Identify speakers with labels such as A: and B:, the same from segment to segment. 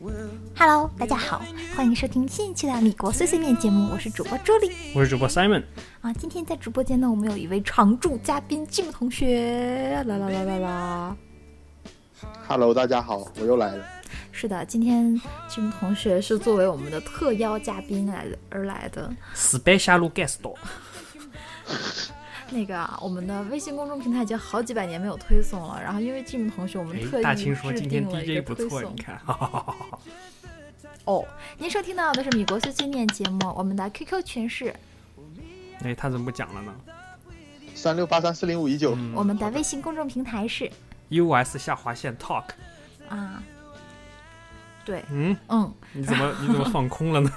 A: will.
B: Hello，大家好，欢迎收听新一期的《米国碎碎念》节目，我是主播朱莉
C: 我是主播 Simon，
B: 啊。今天在直播间呢，我们有一位常驻嘉宾吉姆同学，啦啦啦啦啦。
D: Hello，大家好，我又来了。
B: 是的，今天吉姆同学是作为我们的特邀嘉宾来的而来的。
C: special guest。
B: 那个啊，我们的微信公众平台已经好几百年没有推送了，然后因为吉姆同学，我们特
C: 哎，
B: 意
C: 大清说
B: 制
C: 今天
B: 定了一个
C: DJ 不
B: 推
C: 错，
B: 送
C: 你。看，哈哈哈哈
B: 哦，您收听到的是米国碎碎念节目，我们的 QQ 群是，
C: 哎，他怎么不讲了呢
D: 三六八三四零五一九，
B: 我们的微信公众平台是
C: ？US 下划线 Talk，
B: 啊，对，
C: 嗯，
B: 嗯，
C: 你 怎么你怎么放空了呢？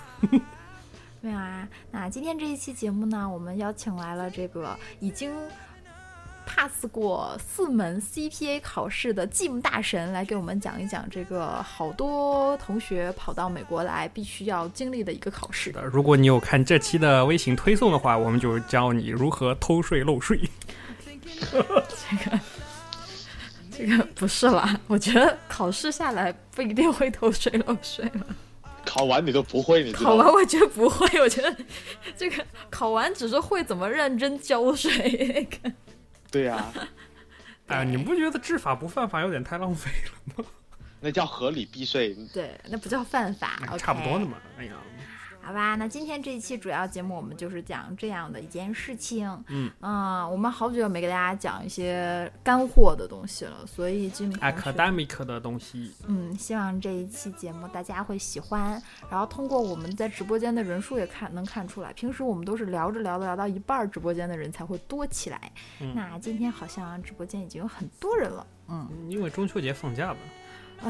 B: 没有啊。那今天这一期节目呢，我们邀请来了这个已经 pass 过四门 CPA 考试的继母大神，来给我们讲一讲这个好多同学跑到美国来必须要经历的一个考试。
C: 的如果你有看这期的微信推送的话，我们就教你如何偷税漏税。
B: 这个不是啦，我觉得考试下来不一定会偷税漏税了。
D: 考完你都不会，你知
B: 考
D: 道
B: 完
D: 吗？
B: 我觉得不会，我觉得这个考完只是会怎么认真浇水。那个
D: 对啊呀、
C: 哎，你不觉得知法不犯法有点太浪费了吗？
D: 那叫合理避税。
B: 对，那不叫犯法，
C: 哎
B: OK
C: 差不多的嘛。哎呀，
B: 好吧，那今天这一期主要节目我们就是讲这样的一件事情。
C: 嗯
B: 我们好久没给大家讲一些干货的东西了，所以今
C: 哎
B: 天
C: academic 的东西，
B: 嗯，希望这一期节目大家会喜欢。然后通过我们在直播间的人数也看能看出来，平时我们都是聊着聊着聊到一半儿，直播间的人才会多起来。
C: 嗯
B: 那今天好像直播间已经有很多人了。嗯，
C: 因为中秋节放假吧，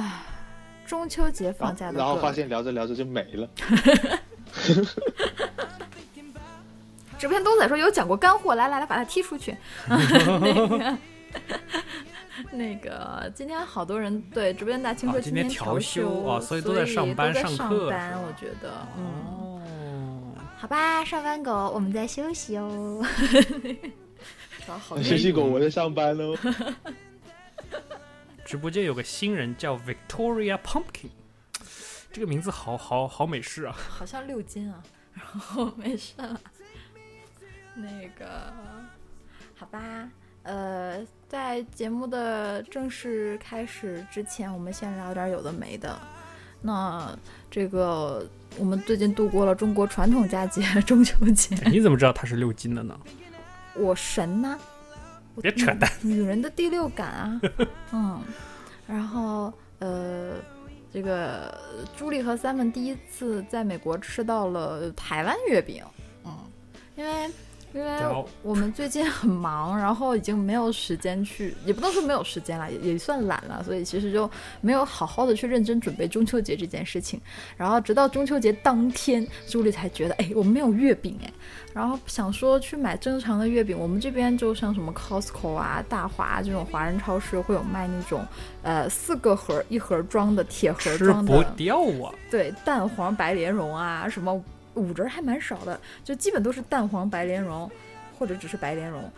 B: 中秋节
D: 然
C: 啊
B: 放假
D: 后
B: 的
D: 然后
B: 各
D: 发
B: 位
D: 现聊着聊着就没了。
B: 直播间东仔说有讲过干货，来来来，把他踢出去。 那个，那个，今天好多人对直播间大清说
C: 啊今天
B: 调
C: 调休啊
B: 所
C: 所
B: 以
C: 以都在上班
B: 都在上
C: 上课
B: 班
C: 是吧
B: 我觉得，嗯，
C: 哦，
B: 好吧，上班狗，我们在休息哦。搞好
D: 休
B: 累
D: 息狗，我在上班哦 喽。
C: 直播间有个新人叫 Victoria Pumpkin，这个名字好好好美式啊！
B: 好像六斤啊， 然后没事了。 那个，好吧，呃，在节目的正式开始之前，我们先聊点有的没的。那这个，我们最近度过了中国传统佳节 中秋节，
C: 哎你怎么知道他是六斤的呢？
B: 我神呐、我
C: 别扯淡，
B: 女人的第六感啊，嗯，然后呃，这个朱莉和 Simon 第一次在美国吃到了台湾月饼，嗯，因为因为
C: 屌
B: 我们最近很忙，然后已经没有时间去，也不能说没有时间了，也也算懒了，所以其实就没有好好的去认真准备中秋节这件事情。然后直到中秋节当天，朱莉才觉得，哎，我们没有月饼哎，然后想说去买正常的月饼，我们这边就像什么 Costco 啊、大华、这种华人超市会有卖那种，呃，四个盒一盒装的铁盒
C: 吃
B: 装
C: 不
B: 的，
C: 掉啊！
B: 对，蛋黄白莲蓉啊，什么五仁还蛮少的，就基本都是蛋黄白莲蓉，或者只是白莲蓉。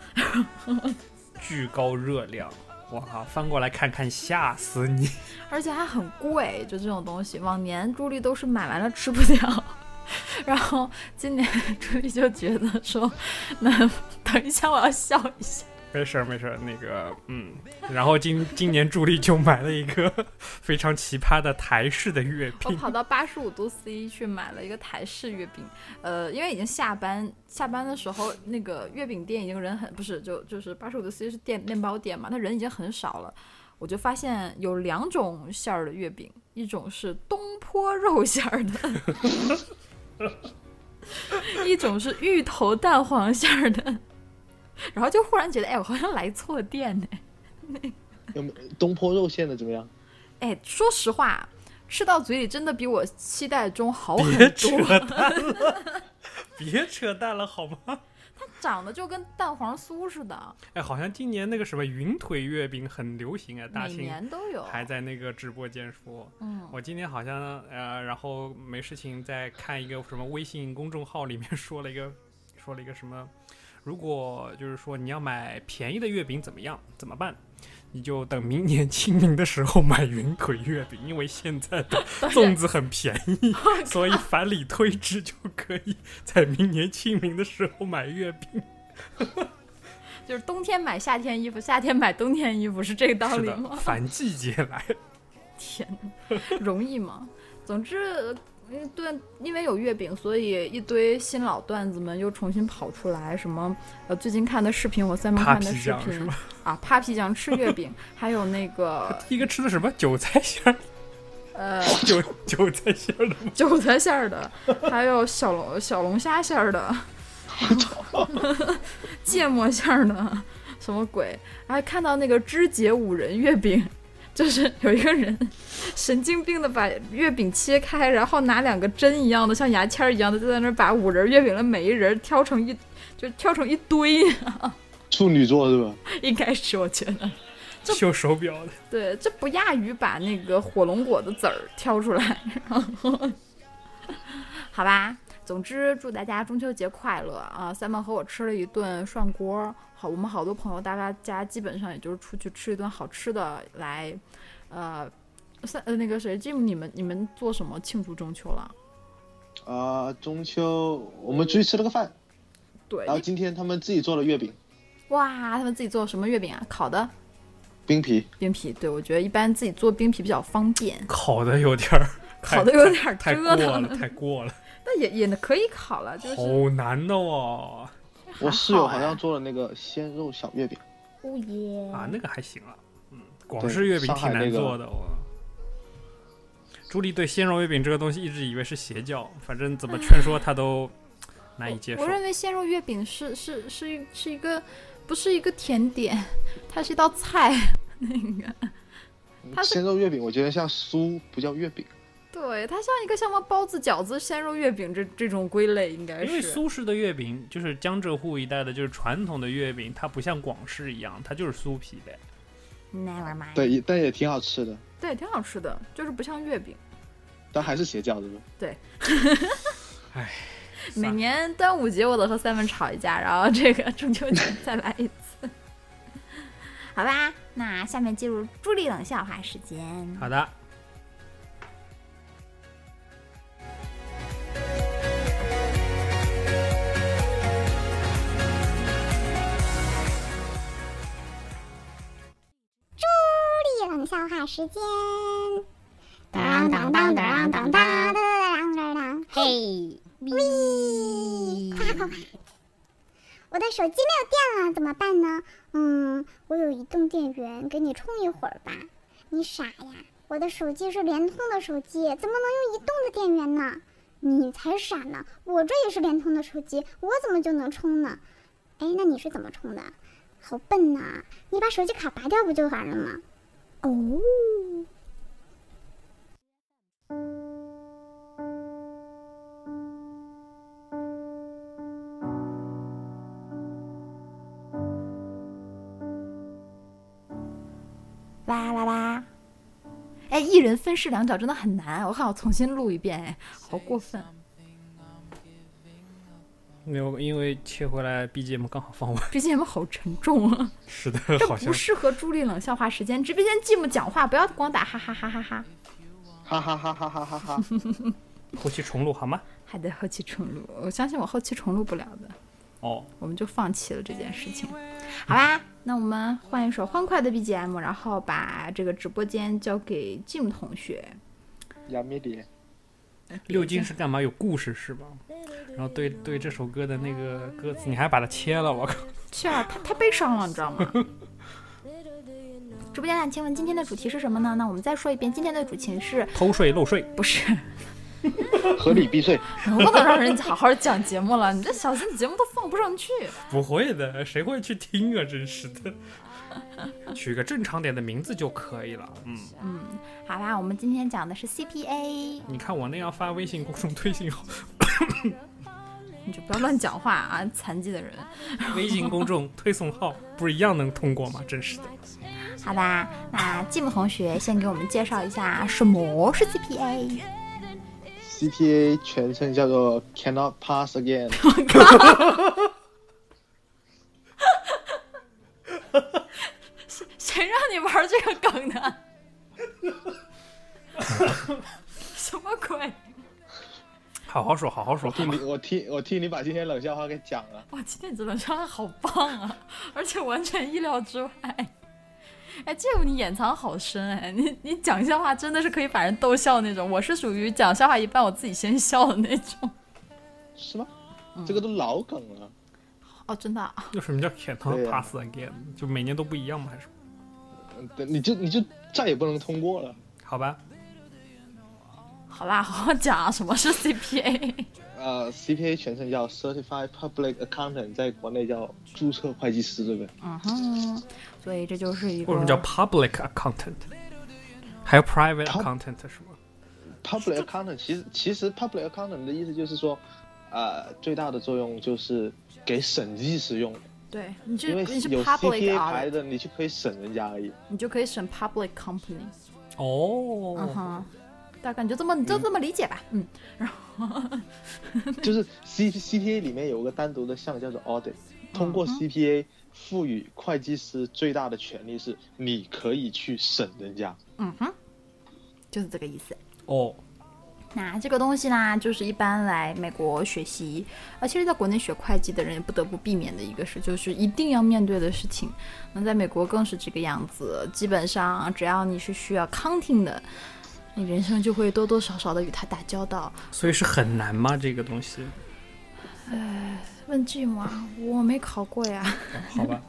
C: 巨高热量，我靠，翻过来看看，吓死你！
B: 而且还很贵，就这种东西，往年朱莉都是买完了吃不掉， 然 后今年朱莉就觉得说，那等一下我要笑一下，
C: 没事儿没事儿，那个嗯，然后今今年助理就买了一个 非常奇葩的台式的月
B: 我
C: 饼，
B: 跑到八十五度 C 去买了一个台式月饼，呃，因为已经下班，下班的时候那个月饼店已经人很不是就就是八十五度 C 是店面包店嘛，那人已经很少了。我就发现有两种馅儿的月饼，一种是东坡肉馅儿的， 一种是芋头蛋黄馅儿的，然后就忽然觉得，哎，我好像来错店呢。
D: 有没东坡肉馅的怎么样？
B: 哎，说实话，吃到嘴里真的比我期待中好很
C: 别扯
B: 多。
C: 淡了， 别扯淡了好吗？
B: 长得就跟蛋黄酥似的，
C: 哎，好像今年那个什么云腿月饼很流行啊，大
B: 每
C: 庆
B: 年都有。
C: 还在那个直播间说，
B: 嗯，
C: 我今天好像呃，然后没事情在看一个什么微信公众号里面说了一个 说了一个什么，如果就是说你要买便宜的月饼怎么样怎么办？你就等明年清明的时候买云腿月饼，因为现在的粽子很便 宜， 所以反理推至就可以在明年清明的时候买月饼。
B: 就是冬天买夏天衣服，夏天买冬天衣服，是这个道
C: 是
B: 理
C: 的，
B: 吗？
C: 反季节来。
B: 天哪，容易吗？总之，嗯，对，因为有月饼，所以一堆新老段子们又重新跑出来。什么呃，最近看的视频，我三毛看的
C: Papi
B: 视
C: 酱是
B: 频啊，Papi 酱吃月饼，还有那个
C: 一个吃的什么韭菜馅儿，
B: 呃
C: 韭韭菜馅儿的吗
B: 韭菜馅儿的，还有小龙小龙虾馅儿的， 芥末馅儿的，什么鬼？还看到那个肢解五仁月饼，就是有一个人神经病的把月饼切开，然后拿两个针一样的，像牙签儿一样的，就在那儿把五仁月饼的每一仁挑成一，就挑成一堆，
D: 处女座是吧？
B: 应该是我觉得，
C: 绣手表的。
B: 对，这不亚于把那个火龙果的籽儿挑出来，然后，好吧。总之，祝大家中秋节快乐啊！三毛和我吃了一顿涮锅，好，我们好多朋友，大家家基本上也就是出去吃一顿好吃的来，呃，三呃那个谁，Jim，你们你们做什么庆祝中秋了？
D: 啊、中秋我们出去吃了个饭，
B: 对
D: 然，后今天他们自己做了月饼，
B: 哇，他们自己做什么月饼啊？烤的
D: 冰皮。
B: 冰皮，对我觉得一般自己做冰皮比较方便，
C: 烤的 有点儿，太
B: 烤的有点儿
C: 太
B: 折
C: 过
B: 腾，
C: 了，太过了，
B: 但也也可以烤了， 就是
C: 好难哦！
D: 我室友好像做了那个鲜肉小月饼，
B: 哦耶
C: 啊，那个还行了，嗯，广式月饼
D: 上海
C: 挺难
D: 那个
C: 做的哦。朱莉对鲜肉月饼这个东西一直以为是邪教，反正怎么劝说她都难以接
B: 嗯
C: 受
B: 我。认为鲜肉月饼是是是一是一个不是一个甜点，它是一道菜。那个，它是
D: 鲜肉月饼我觉得像酥，不叫月饼。
B: 对，它像一个像什么包子、饺子、鲜肉月饼这这种归类应该
C: 因为
B: 是。
C: 苏式的月饼就是江浙沪一带的，就是传统的月饼，它不像广式一样，它就是酥皮的。
B: Never mind。
D: 对，也但也挺好吃的，
B: 对，挺好吃的，就是不像月饼。
D: 但还是邪教的吧。
B: 每
C: 算了
B: 年端午节我都和 Simon 吵一架，然后这个中秋节再来一次。好吧，那下面进入朱莉冷笑话时间。
C: 好的，
E: 冷笑话时间。当当当当当当当当当，嘿，咪，快快快！我的手机没有电了，怎么办呢？嗯，我有移动电源，给你充一会儿吧。你傻呀，我的手机是联通的手机，怎么能用移动的电源呢？你才傻呢！我这也是联通的手机，我怎么就能充呢？哎，那你是怎么充的？好笨呐、你把手机卡拔掉不就完了吗？哦，
B: 哇啦啦！ 哎，一人分饰两角真的很难，我看我重新录一遍，哎，好过分！
C: 没有，因为切回来 BGM 刚好放完。
B: BGM 好沉重啊，
C: 是的，
B: 这
C: 好像
B: 不适合朱莉冷笑话时间。直播间寂寞讲话，不要光打哈哈哈哈哈。
D: 哈哈哈哈哈哈哈！
C: 后期重录好吗？
B: 还得后期重 录，我相信我后期重录不了的，
C: 哦，
B: 我们就放弃了这件事情。好吧，那我们换一首欢快的 BGM，然后把这个直播间交给 Jim 同学。
D: 亚米里，
C: 六进是干嘛？有故事是吧？然后对对这首歌的那个歌词，你还把它切了，我靠！
B: 是啊，他他悲伤了，你知道吗？直播间请问今天的主题是什么呢？那我们再说一遍，今天的主题是
C: 偷税漏税，
B: 不是？
D: 合理避税。
B: 能不能让人好好讲节目了？你这小心节目都放不上去。
C: 不会 的，谁会去听啊？真是的，取个正常点的名字就可以了。嗯，
B: 嗯，好啦，我们今天讲的是 CPA，
C: 你看我那样发微信公众推 信号，
B: 你就不要乱讲话啊，残疾的人。
C: 微信公众推送号不是一样能通过吗？真是的，
B: 好吧，那寂寞同学先给我们介绍一下什么是 CPA。
D: CPA 全称叫做 Cannot Pass Again，
B: 谁让你玩这个梗的？ 什么鬼？
C: 好好说，好好说
D: 我。替你，我替我替你把今天冷笑话给讲了。
B: 哇，今天你这轮上好棒啊，而且完全意料之外。哎，这个你掩藏好深哎，你你讲笑话真的是可以把人逗笑那种，我是属于讲笑话一半我自己先笑的那种。
D: 是吗？
B: 嗯
D: 这个都老梗了。
B: 哦，真的、啊？
C: 就什么叫 can not
D: 对啊
C: pass again？就每年都不一样吗？还是
D: 嗯对，你就你就再也不能通过了。
C: 好吧？
B: 好啦，好好讲啊，什么是 CPA？
D: 呃，CPA 全称叫 Certified Public Accountant，在国内叫注册会计师，对不对？
B: 嗯哼，所以这就是一个
C: 为什么叫 public accountant？还有 private accountant 是吗？
D: Public Accountant 其实其实 Public Accountant 的意思就是说，呃，最大的作用就是给审计师用的，
B: 对，你就
D: 因为
B: 你是
D: 有
B: public
D: CPA 牌
B: audit，
D: 的，你就可以审人家而已。
B: 你就可以审 public company。嗯
C: 哦，
B: 哼，大概你就这么你就这么理解吧。嗯，
D: 就是 C CPA 里面有个单独的项叫做 audit，通
C: 嗯
D: 过 CPA 赋予会计师最大的权利是，你可以去审人家。
B: 嗯哼，就是这个意思。
C: 哦，
B: 那这个东西呢，就是一般来美国学习，啊，其实在国内学会计的人也不得不避免的一个事，就是一定要面对的事情。那在美国更是这个样子，基本上只要你是需要 counting 的，你人生就会多多少少的与他打交道。
C: 所以是很难吗？这个东西？
B: 问句吗？我没考过呀。
C: 好吧，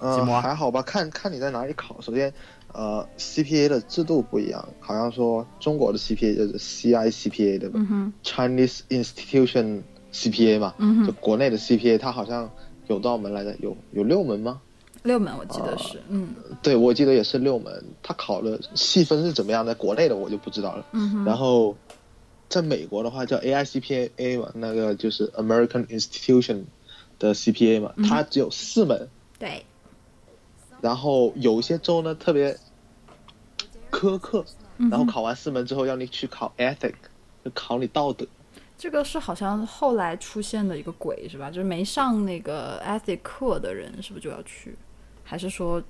C: 寂
D: 嗯
C: 寞，啊
D: 还好吧，看看你在哪里考。首先，呃，CPA 的制度不一样，好像说中国的 CPA 就是 CICPA 对吧、
C: 嗯
B: 哼
D: c h i n e s e Institution CPA 嘛，
C: 嗯
D: 就国内的 CPA，它好像有多少门来着？有有六门吗？
B: 六门我记得是，嗯
D: 对，我记得也是六门。它考的细分是怎么样的？国内的我就不知道了。
B: 嗯哼
D: 然后，在美国的话叫 AICPA 嘛，那个就是 American Institution 的 CPA 嘛，
B: 嗯
D: 它只有四门。
B: 对，
D: 然后有一些州呢特别苛刻，
B: 嗯
D: 然后考完四门之后让你去考 ethic，就考你道德。
B: 这个是好像后来出现的一个鬼是吧？就是没上那个 ethic 课的人是不是就要去？还是说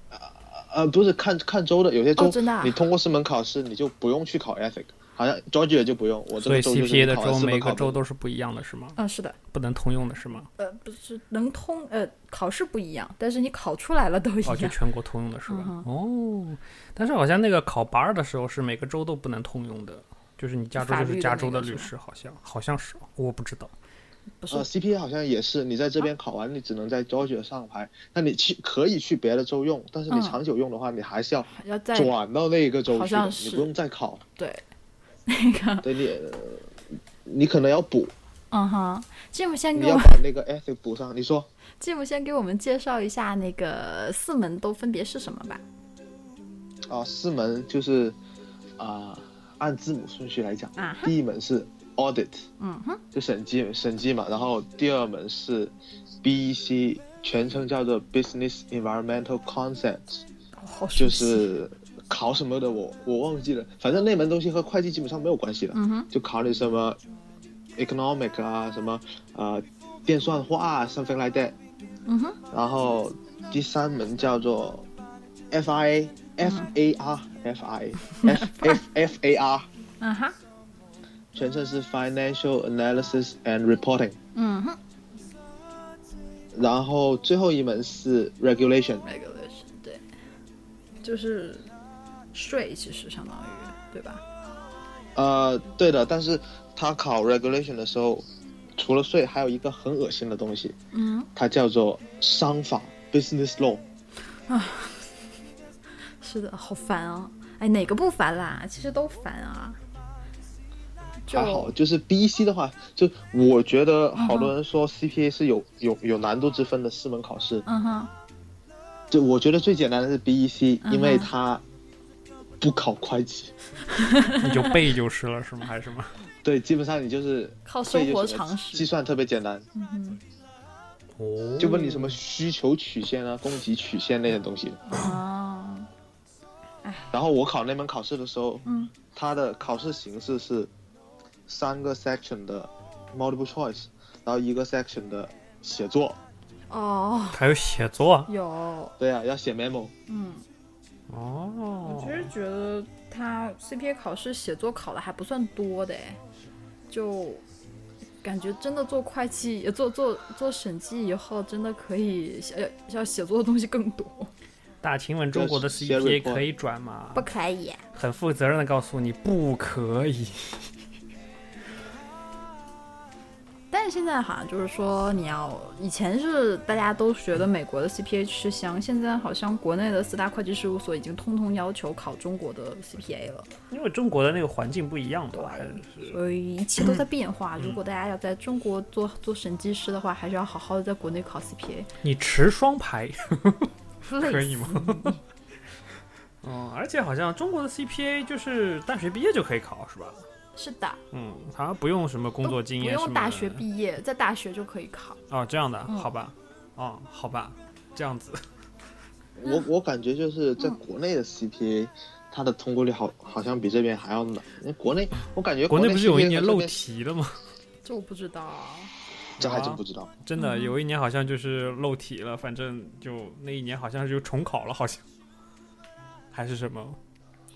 D: 呃，不是看看州的，有些州、
B: 哦真的啊
D: 你通过四门考试你就不用去考 ethic，好像 Georgia 就不用，我这
C: 所以
D: 个州就是
C: CPA 的
D: 考完
C: 州
D: 四
C: 每
D: 门
C: 个
D: 考
C: 州
D: 不
C: 都是不一样的，是吗？
B: 嗯，是的，
C: 不能通用的是吗？
B: 呃，不是能通，呃，考试不一样，但是你考出来了都一
C: 哦，就
B: 样。
C: 全国通用的是吧？哦，但是好像那个考 bar 的时候是每个州都不能通用的，就是你加州
B: 法
C: 就是
B: 律的
C: 加
B: 那
C: 州
B: 个
C: 的
B: 是
C: 律
B: 吧
C: 师，好像好像是，我不知道。
B: 不是
D: 呃，CPA 好像也是，你在这边考完，你只能在 Georgia 上牌，那你去可以去别的州用，但是你
B: 嗯
D: 长久用的话，你还是要
B: 要在
D: 转到那个州
B: 好
D: 去的
B: 像，是
D: 你不用再考，
B: 对那个，
D: 对你，呃你可能要补，
B: 嗯哼，继母先
D: 你
B: 给我
D: 要
B: 们，
D: 把那个 ethic 补上。你说，
B: 继母先给我们介绍一下那个四门都分别是什么吧。
D: 啊，四门就是啊、按字母顺序来讲，
B: 啊哈
D: 第一门是 audit，
B: 嗯哼，
D: 就审计审计嘛，然后第二门是 BEC，全称叫做 Business Environmental Concepts，
B: 好熟
D: 就
B: 悉
D: 是考什么的我我忘记了，反正那门东西和会计基本上没有关系的，
B: 嗯哼
D: 就考你什么 economic 啊，什么呃电算化啊，something like that。
B: 嗯哼，
D: 然后第三门叫做 FIA
B: 嗯
D: F A R F I F F F A R，
B: 嗯哈，嗯
D: 全称是 Financial Analysis and Reporting。
B: 嗯哼，
D: 然后最后一门是 regulation，
B: regulation，对，就是税，其实相当于对吧？
D: 呃，对的，但是他考 regulation 的时候，除了税，还有一个很恶心的东西，
B: 嗯，
D: 它叫做商法 business law。
B: 是的，好烦啊！哎，哪个不烦啦？其实都烦啊。就嗯
D: 还好，就是 B E C 的话，就我觉得好多人说 C P A 是有有有难度之分的四门考试，
B: 嗯哼，
D: 就我觉得最简单的是 B E C，
B: 嗯哼
D: 因为它不考会计，
C: 你就背就是了，是吗？还是什么？
D: 对，基本上你就是
B: 靠
D: 会
B: 哦生
D: 计
B: 活
D: 什么
B: 常
D: 计
B: 识。
D: 算特别简单，
B: 嗯哼
C: 哦
D: 就问你什么需求曲线啊、供给曲线那些东西。
B: 啊，
D: 然后我考那门考试的时候，
B: 嗯，
D: 它的考试形式是三个 section 的 multiple choice，然后一个 section 的写作。
B: 哦，
C: 还有写作啊
B: 有，
D: 对啊，要写 memo。
B: 嗯，我
C: 哦
B: 其，实觉得他 CPA 考试写作考的还不算多的哎，就感觉真的做会计、做做做审计以后，真的可以要要写作的东西更多。
C: 大秦问中国的
D: 写
C: CPA
D: report
C: 可以转吗？
B: 可以，
C: 很负责任的告诉你，不可以。
B: 但是现在好像就是说，你要以前是大家都觉得美国的 CPA 吃香，现在好像国内的四大会计事务所已经通通要求考中国的 CPA 了。
C: 因为中国的那个环境不一样吧，还是
B: 所以一切都在变化。如果大家要在中国做做审计师的话，还是要好好的在国内考 CPA。
C: 你持双排
B: 累
C: 可以吗？ 嗯，而且好像中国的 CPA 就是大学毕业就可以考，是吧？
B: 是的，
C: 嗯，好像不用什么工作经验，
B: 不
C: 什
B: 用
C: 么
B: 大学毕业，在大学就可以考。
C: 哦，这样的，
B: 嗯
C: 好吧，哦，好吧，这样子，
B: 嗯
D: 我我感觉就是在国内的 CPA，它的通过率好好像比这边还要难。因为国内我感觉
C: 国内不是有一
D: CPA
C: 年
D: 和这
C: 漏
D: 边，
C: 题了吗？
B: 这我不知道，
D: 这还真不知道。
C: 真的，
B: 嗯
C: 有一年好像就是漏题了，反正就那一年好像就重考了，好像 还是什么，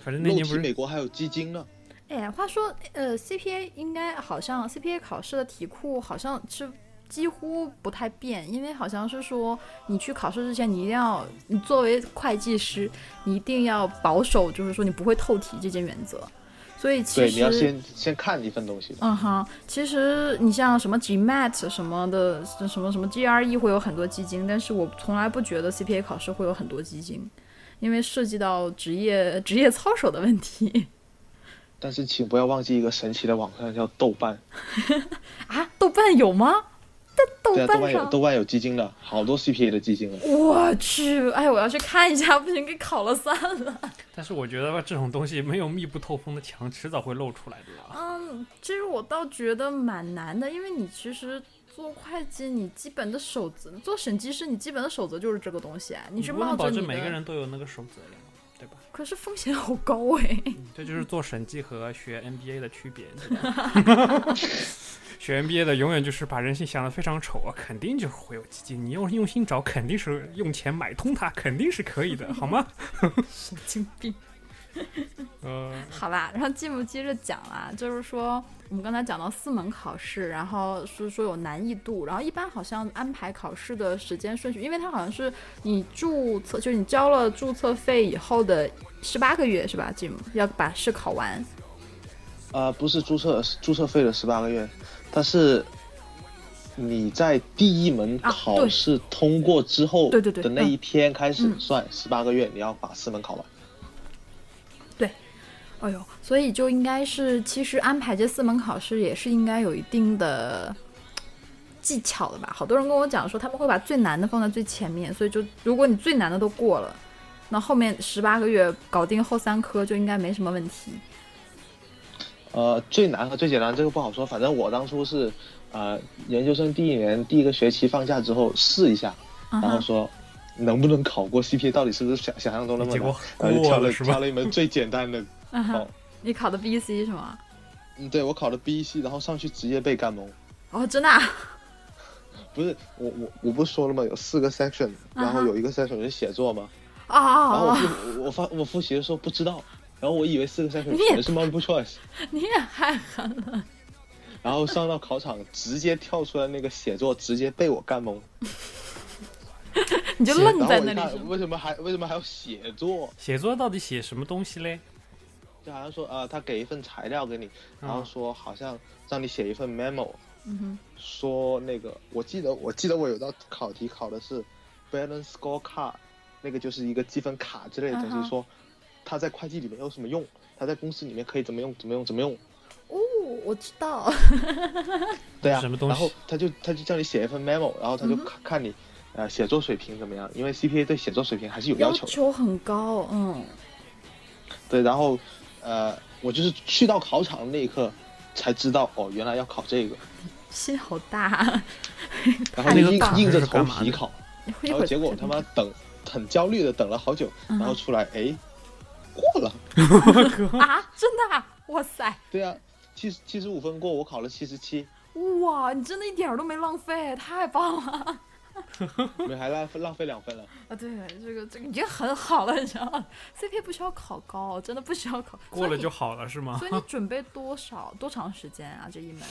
C: 反正那
D: 漏
C: 年
D: 题
C: 不是
D: 美国还有基金呢，
B: 哎，话说，呃，CPA 应该好像 CPA 考试的题库好像是几乎不太变，因为好像是说你去考试之前，你一定要，你作为会计师，你一定要保守，就是说你不会透题这些原则。所以其
D: 对，
B: 实
D: 你要先先看一份东西。
B: 嗯哼，其实你像什么 GMAT 什么的，什么什么 GRE 会有很多基金，但是我从来不觉得 CPA 考试会有很多基金，因为涉及到职业职业操守的问题
D: 但是请不要忘记一个神奇的网站叫豆瓣，
B: 啊。豆瓣有吗？在豆
D: 对啊，豆
B: 瓣
D: 瓣
B: 上，
D: 有豆瓣有基金的，好多 CPA 的基金了。
B: 我去，哎，我要去看一下，不行，给考了散了。
C: 但是我觉得吧，这种东西没有密不透风的墙，迟早会露出来的啦。
B: 嗯，其实我倒觉得蛮难的，因为你其实。做会计，你基本的守则；做审计师，你基本的守则就是这个东西啊。你是
C: 不能
B: 冒着
C: 保
B: 你的，
C: 证每个人都有那个守则呀，对吧？
B: 可是风险好高哎、
C: 这就是做审计和学 MBA 的区别。对吧 学 MBA 的永远就是把人性想得非常丑啊，肯定就是会有基金，你用用心找，肯定是用钱买通它，肯定是可以的，好吗？
B: 神经病。
C: 呃，
B: 好吧，然后继母接着讲啦，就是说我们刚才讲到四门考试，然后是说有难易度，然后一般好像安排考试的时间顺序，因为它好像是你注册，就是你交了注册费以后的十八个月是吧？继母要把试考完，
D: 呃，不是注册注册费的十八个月，但是你在第一门
B: 啊
D: 考
B: 对
D: 试通过之后
B: 对对对
D: 的那一天开始
B: 嗯
D: 算十八个月，你要把四门考完。
B: 哎呦，所以就应该是，其实安排这四门考试也是应该有一定的技巧的吧？好多人跟我讲说，他们会把最难的放在最前面，所以就如果你最难的都过了，那后面十八个月搞定后三科就应该没什么问题。
D: 呃，最难和最简单这个不好说，反正我当初是，呃，研究生第一年第一个学期放假之后试一下，
B: 啊
D: 然后
B: 哈，
D: 说能不能考过 CPA，到底是不是想想象中那么
C: 结
D: 难
C: 果，
D: 然后就挑
C: 过了
D: 了
C: 是吧
D: 挑了一门最简单的，
B: 啊哈
D: 哦，
B: 你考的 BC 是吗？
D: 嗯，对我考了 BEC，然后上去直接被干懵。
B: 哦，真的、啊？
D: 不是我我我不是说了吗？有四个 section，
B: 啊哈
D: 然后有一个 section 是写作嘛。
B: 哦哦
D: 然后我
B: 哦，
D: 复我发我复习的时候不知道，然后我以为四个 section
B: 你也
D: 全是 multiple choice，
B: 你也太狠了。
D: 然后上到考场直接跳出来那个写作，直接被我干懵。
B: 你就愣
D: 然后
B: 在
D: 我
B: 那
D: 一
B: 里
D: 看
B: 是吗。
D: 为什么还为什么还要写作？
C: 写作到底写什么东西嘞？
D: 就好像说呃，他给一份材料给你，然后
C: 嗯
D: 说好像让你写一份 memo，
B: 嗯哼，
D: 说那个我记得我记得我有道考题考的是 balance scorecard，那个就是一个积分卡之类的东西，
B: 啊哈
D: 说它在会计里面有什么用，它在公司里面可以怎么用怎么用怎么用。
B: 哦，我知道，
D: 对啊，
C: 什么东西
D: 然后他就他就叫你写一份 memo，然后他就
B: 嗯哼
D: 看看你呃写作水平怎么样，因为 CPA 对写作水平还是有要
B: 要
D: 求
B: 哦
D: 的。
B: 求很高， 嗯，
D: 对，然后呃，我就是去到考场的那一刻才知道哦，原来要考这个，
B: 心好大。
D: 然后
B: 太
D: 就
B: 棒了
D: 硬硬着
C: 是
D: 头
C: 干嘛
D: 皮
C: 的
D: 考，
B: 一会
D: 然
B: 儿
D: 后结果他妈等很焦虑的等了好久，
B: 嗯
D: 然后出来哎过了，
B: 啊，真的、啊，哇塞，
D: 对啊，七十七十五分过，我考了七十七，
B: 哇，你真的一点儿都没浪费，太棒了。
D: 没还浪费浪费两分了。
B: 啊，对，这个这个已经很好了，你知道吗？CP 不需要考高，真的不需要考，
C: 过了就
B: 好。
C: 好了是吗
B: 所？以你准备多少多长时间啊？这一门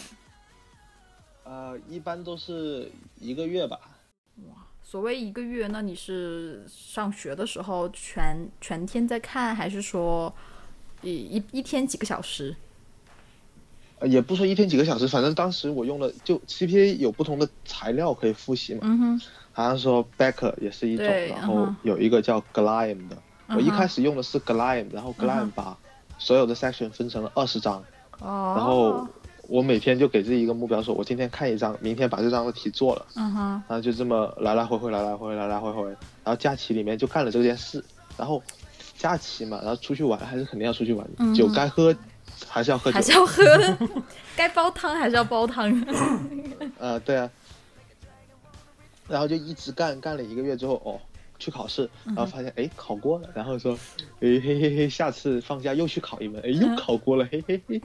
D: 呃，一般都是一个月吧，
B: 所谓一个月，那你是上学的时候全全天在看，还是说一一一天几个小时？
D: 呃，也不说一天几个小时，反正当时我用了，就 CPA 有不同的材料可以复习嘛，
B: 嗯哼，
D: 好像说 Becker 也是一种，
B: 对
D: 然
B: 嗯
D: 后
B: 哼
D: 有一个叫 Glime 的，我一
B: 嗯哼
D: 开始用的是 Glime，然后
B: 嗯哼
D: Glime 把所有的 section 分成了二十章，
B: 哦，
D: 然后我每天就给自己一个目标说，我今天看一章，明天把这章的题做了，
B: 嗯哼，
D: 然后就这么来来回回，来来回回，来来回回，然后假期里面就干了这件事，然后假期嘛，然后出去玩还是肯定要出去玩，
B: 嗯哼
D: 酒该喝还是要喝酒
B: 还，是要喝， 该煲汤还是要煲汤。
D: 呃，对啊，然后就一直干，干了一个月之后，哦，去考试，
B: 嗯
D: 然后发现哎考过了，然后说，哎嘿嘿嘿，下次放假又去考一门，哎
B: 嗯
D: 又考过了，嘿嘿嘿，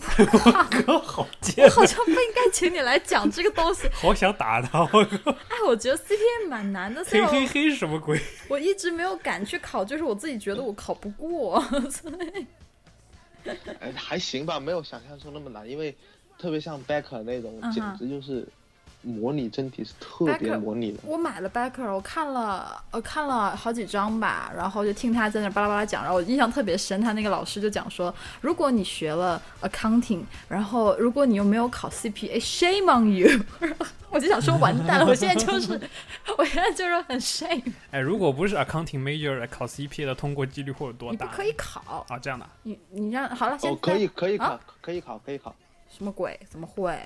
C: 哥 好贱，
B: 好像不应该请你来讲这个东西。
C: 好想打他！我靠，
B: 哎，我觉得 CPA 蛮难的，虽
C: 嘿
B: 然
C: 嘿
B: 我
C: 嘿是什么鬼？
B: 我一直没有敢去考，就是我自己觉得我考不过。
D: 哎还行吧，没有想象中那么难，因为特别像 Becker 那种，
B: 嗯
D: 简
B: 哼
D: 直就是模拟真题是特别
B: Becker-
D: 模拟的。
B: 我买了 Becker，我看了呃看了好几章吧，然后就听他在那巴拉巴拉讲，然后我印象特别深，他那个老师就讲说，如果你学了 accounting，然后如果你又没有考 CPA，shame on you。我 就想说完蛋了，我现在就是， 我现在就是很 shame，
C: 哎，如果不是 accounting major 来考 CP 的，通过几率会有多
B: 你不
C: 大？
B: 可以考，
C: 啊，这样的啊，
B: 你你让好了，现
D: 哦
B: 在，
D: 可以可以考
B: 啊，
D: 可以考，可以考。
B: 什么鬼？怎么会？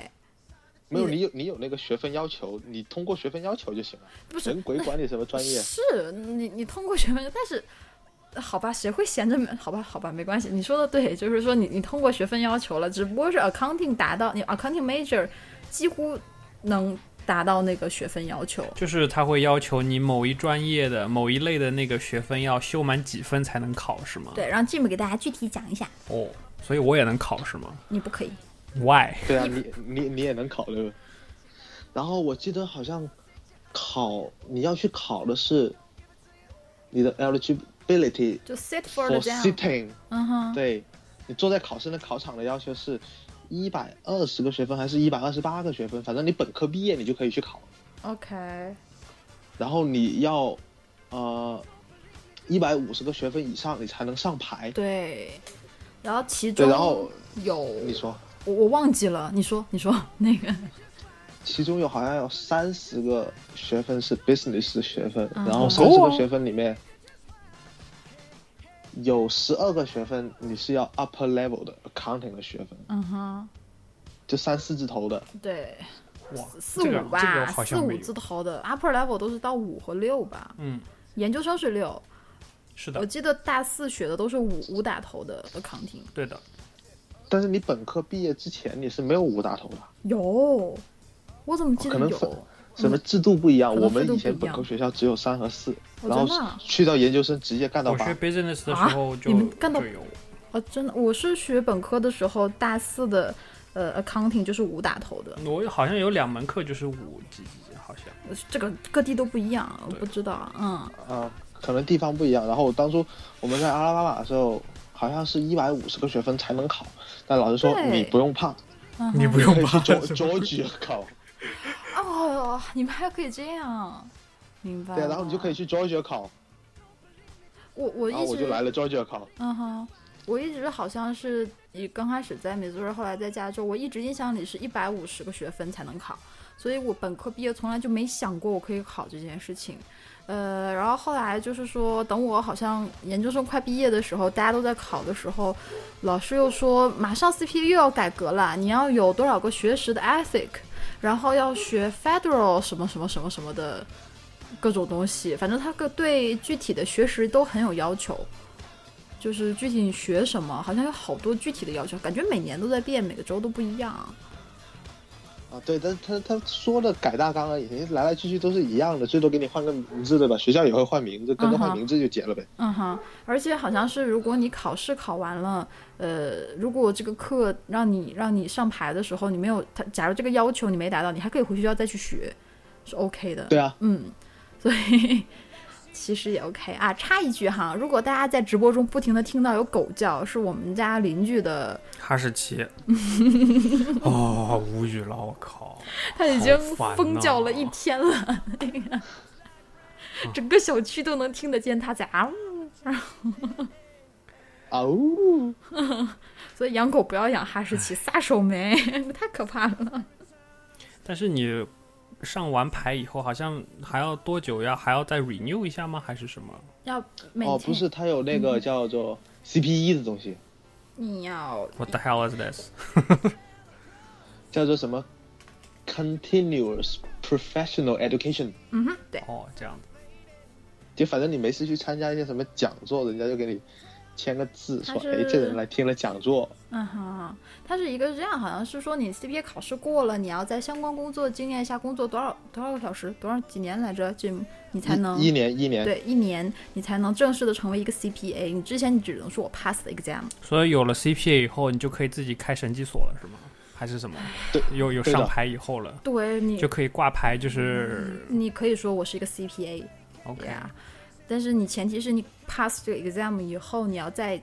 D: 没有，
B: 你
D: 你有你有那个学分要求，你通过学分要求就行了。
B: 不是
D: 人鬼管你什么专业？啊
B: 是你你通过学分，但是好吧，谁会闲着没？好吧，好吧，没关系。你说的对，就是说你你通过学分要求了，只不过是 accounting 达到你 accounting major 几乎能达到那个学分要求。
C: 就是他会要求你某一专业的某一类的那个学分要修满几分才能考，是吗？。
B: 对，让 Jim 给大家具体讲一下。
C: 哦，所以我也能考是吗
B: 你不可以，
C: ？Why？
D: 对啊，你你你也能考对吧？然后我记得好像考你要去考的是你的 eligibility
B: 就 sit for the
D: for
B: down。
D: sitting，
B: 嗯哼，
D: 对你坐在考试的考场的要求是一百二十个学分还是一百二十八个学分，反正你本科毕业你就可以去考，
B: ，OK，
D: 然后你要呃一百五十个学分以上你才能上牌。
B: 对。然后其
D: 对
B: 中
D: 然后
B: 有
D: 你说，
B: 我我忘记了，你说你说那个，
D: 其中有好像有三十个学分是 business 的学分，
B: 嗯
D: 然后三十个学分里面有十二个学分你是要 upper level 的 accounting 的学分，
B: 嗯哼，
D: 就三四字头的。
B: 对，
C: 哇，
B: 四
C: 这个
B: 五吧，
C: 这个好
B: 四
C: 像没
B: 五
C: 有。
B: 字头的 upper level 都是到五或六吧，
C: 嗯，
B: 研究生是六，
C: 是
B: 我
C: 的，
B: 记得大四学的都是五五打头的 accounting。
C: 对的。
D: 但是你本科毕业之前你是没有五大头的，
B: 有，我怎么记
D: 可
B: 得
D: 能分
B: 有？
D: 什么制度不一样。
B: 嗯可能
D: 我们
B: 制度
D: 以
B: 不一样
D: 前本科学校只有三和四，
B: 哦
D: 然后
B: 真的啊
D: 去到研究生直接干到
C: 我
D: 八
C: 学。business 的
B: 啊
C: 时候就
B: 你们干到
C: 就有，
B: 哦，真的，我是学本科的时候，大四的呃 accounting 就是五打头的，
C: 我好像有两门课就是五几几，好像。
B: 这个各地都不一样，我不知道。嗯，
D: 啊，可能地方不一样。然后当初我们在阿拉巴马的时候，好像是一百五十个学分才能考，但老师说
B: 对
D: 你不用怕，
B: 嗯
C: 你
B: 哼
C: 不用
D: 可以去
C: 怕，
D: Geor- Georgia 考。
B: 哦，你们还可以这样。明白。
D: 对，啊然后你就可以。去 Georgia 考，
B: 我我
D: 然后
B: 一
D: 我
B: 直
D: 就来了 Georgia 考。
B: 嗯哼，我一直好像是以刚开始在美苏尔，后来在加州，我一直印象里是一百五十个学分才能考，所以我本科毕业从来就没想过我可以考这件事情。呃，然后后来就是说，等我好像研究生快毕业的时候，大家都在考的时候，老师又说马上 CPA 又要改革了，你要有多少个学时的 ethic，然后要学 federal 什么什么什么什么的各种东西，反正他个对具体的学时都很有要求。就是具体你学什么，好像有好多具体的要求，感觉每年都在变，每个州都不一样。
D: 啊，对，但他他说的改大纲而已，来来去去都是一样的，最多给你换个名字对吧？学校也会换名字，跟着
B: 嗯
D: 换
B: 哼
D: 名字就结了呗。
B: 嗯哼，而且好像是如果你考试考完了，呃，如果这个课让你让你上牌的时候，你没有他，假如这个要求你没达到，你还可以回学校再去学，是 OK 的。
D: 对啊，
B: 嗯，所以 其实也 OK 啊。插一句哈，如果大家在直播中不停的听到有狗叫，是我们家邻居的，
C: 哈士 奇，哦，无语了，我靠！
B: 他已经
C: 好烦哦
B: 疯
C: 呐
B: 叫了一天了，那 个整个小区都能听得见他在啊呜。
D: 啊呜，
B: 所以养狗不要养哈士奇，撒手没， 太可怕了。
C: 但是你上完牌以后，好像还要多久呀？还要再 renew 一下吗？还是什么？
B: 要每
D: 哦，
B: 天
D: 不是，他有那
B: 嗯
D: 个叫做 CPE 的东西，
B: 你要
C: What the hell is this？
D: 叫做什么 Continuous Professional Education，
B: 嗯哼，对，
C: 哦，这样
D: 就反正你没事去参加一些什么讲座，人家就给你签个字，
B: 他
D: 说
B: 是
D: 哎，这人来听了讲座，
B: 嗯哼，它是一个这样，好像是说你 CPA 考试过了，你要在相关工作经验下工作多少多少个小时，多少几年来着，Jim，你才能
D: 一一年一年，
B: 对一年你才能正式的成为一个 CPA。你之前你只能说我 pass 的 exam，
C: 所以有了 CPA 以后，你就可以自己开审计所了，是吗？还是什么？
D: 对，
C: 有有
D: 对的
C: 上牌以后了，
B: 对你
C: 就可以挂牌，就是
B: 你可以说我是一个 CPA，
C: OK
B: 对啊，但是你前提是你 pass 这个 exam 以后，你要在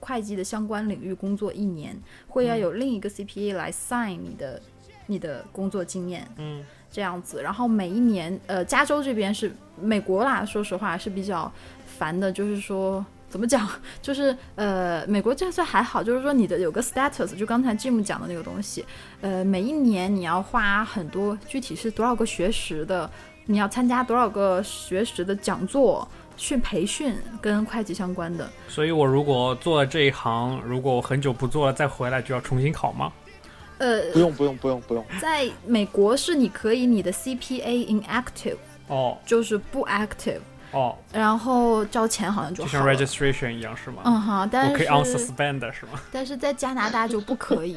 B: 会计的相关领域工作一年，会要有另一个 CPA 来 sign 你的你的工作经验
C: 嗯，
B: 这样子。然后每一年，呃，加州这边是美国啦，说实话是比较烦的，就是说。怎么讲？ 就是呃，美国这算还好，就是说你的有个 status，就刚才 Jim 讲的那个东西，呃，每一年你要花很多，具体是多少个学时的，你要参加多少个学时的讲座、去培训跟会计相关的。
C: 所以我如果做了这一行，如果我很久不做了再回来，就要重新考吗？
B: 呃，
D: 不用不用不用不用，
B: 在美国是你可以你的 CPA inactive，
C: 哦
B: 就是不 active，
C: 哦，啊
B: 然后交钱好像就
C: 就
B: 好
C: 像
B: 了。
C: registration 一样是吗？
B: 嗯哼，但
C: 我可以 on
B: 是
C: suspend 是吗？
B: 但是在加拿大就不可 以。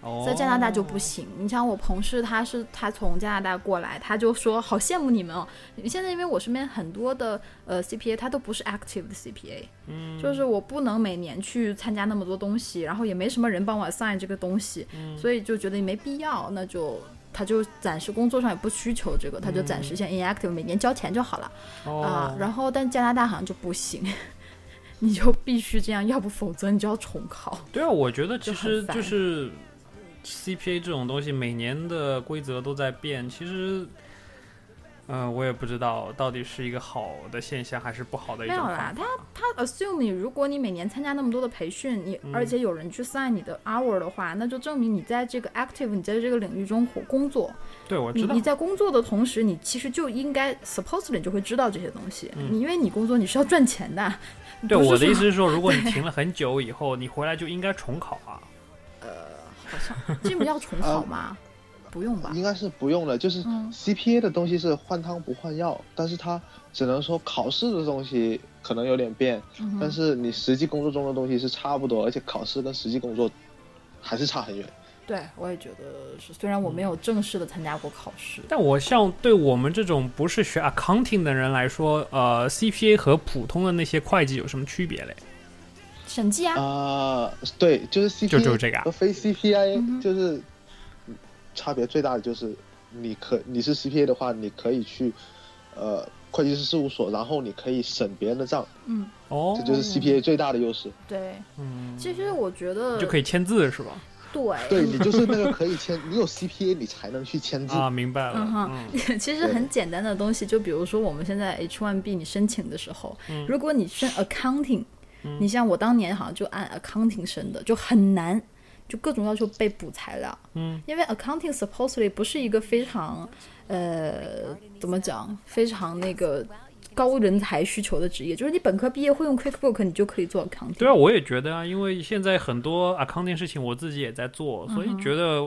C: 哦，
B: 在加拿大就不行。你像我同事，他是他从加拿大过来，他就说好羡慕你们哦。现在因为我身边很多的呃 CPA，他都不是 active 的 CPA，嗯，就是我不能每年去参加那么多东西，然后也没什么人帮我 assign 这个东西，
C: 嗯
B: 所以就觉得也没必要，那就。他就暂时工作上也不需求这个，他就暂
C: 嗯
B: 时先 inactive，、每年交钱就好了
C: 哦
B: 啊、然后，但加拿大好像就不行， 你就必须这样，要不否则你就要重考。
C: 对啊，我觉得其
B: 就
C: 实
B: 很烦
C: 就是 CPA 这种东西，每年的规则都在变。其实，嗯、我也不知道到底是一个好的现象还是不好的一
B: 没
C: 种
B: 有
C: 方
B: 啦
C: 法。
B: 他 assume 你，如果你每年参加那么多的培训，你、
C: 嗯
B: 而且有人去 sign 你的 hour 的话，那就证明你在这个 active，你在这个领域中活工作。
C: 对，我
B: 你
C: 知道
B: 你。在工作的同时，你其实就应该 supposedly 你就会知道这些东西。
C: 嗯
B: 你因为你工作你是要赚钱的，
C: 对，
B: 不是
C: 我的
B: 说
C: 意思是说，如果你停了很久以后，你回来就应该重考啊。
B: 好像这不要重考吗？不用吧？
D: 应该是不用了。就是
B: 嗯
D: CPA 的东西是换汤不换药，但是它只能说考试的东西可能有点变，
B: 嗯哼
D: 但是你实际工作中的东西是差不多，而且考试跟实际工作还是差很远。
B: 对，我也觉得是。虽然我没有正式的参加过考试，
C: 但我像对我们这种不是学 accounting 的人来说，呃，CPA 和普通的那些会计有什么区别嘞？
B: 审计啊，
D: 啊、对，就是 CPA
C: 就只有这个啊
D: 和非 CPA
B: 嗯哼
D: 就是差别最大的就是你可你是 CPA 的话，你可以去呃会计师事务所，然后你可以审别人的账，
B: 嗯，
C: 哦
D: 这，就是 CPA 最大的优势。
B: 对。
C: 嗯，
B: 其实我觉得
C: 就可以签字是吧？
B: 对，
D: 对你就是那个可以签，你有 CPA 你才能去签字。
C: 啊，明白了
B: 嗯，哼
C: 嗯，
B: 其实很简单的东西，就比如说我们现在 H1B 你申请的时候，
D: 嗯
B: 如果你申 accounting，、你像我当年好像就按 accounting 申的，就很难，就各种要求被补材料。
C: 嗯，
B: 因为 accounting supposedly 不是一个非常呃怎么讲，非常那个高人才需求的职业，就是你本科毕业会用 QuickBook，你就可以做 accounting。
C: 对啊，我也觉得啊，因为现在很多 accounting 事情我自己也在做，所以觉得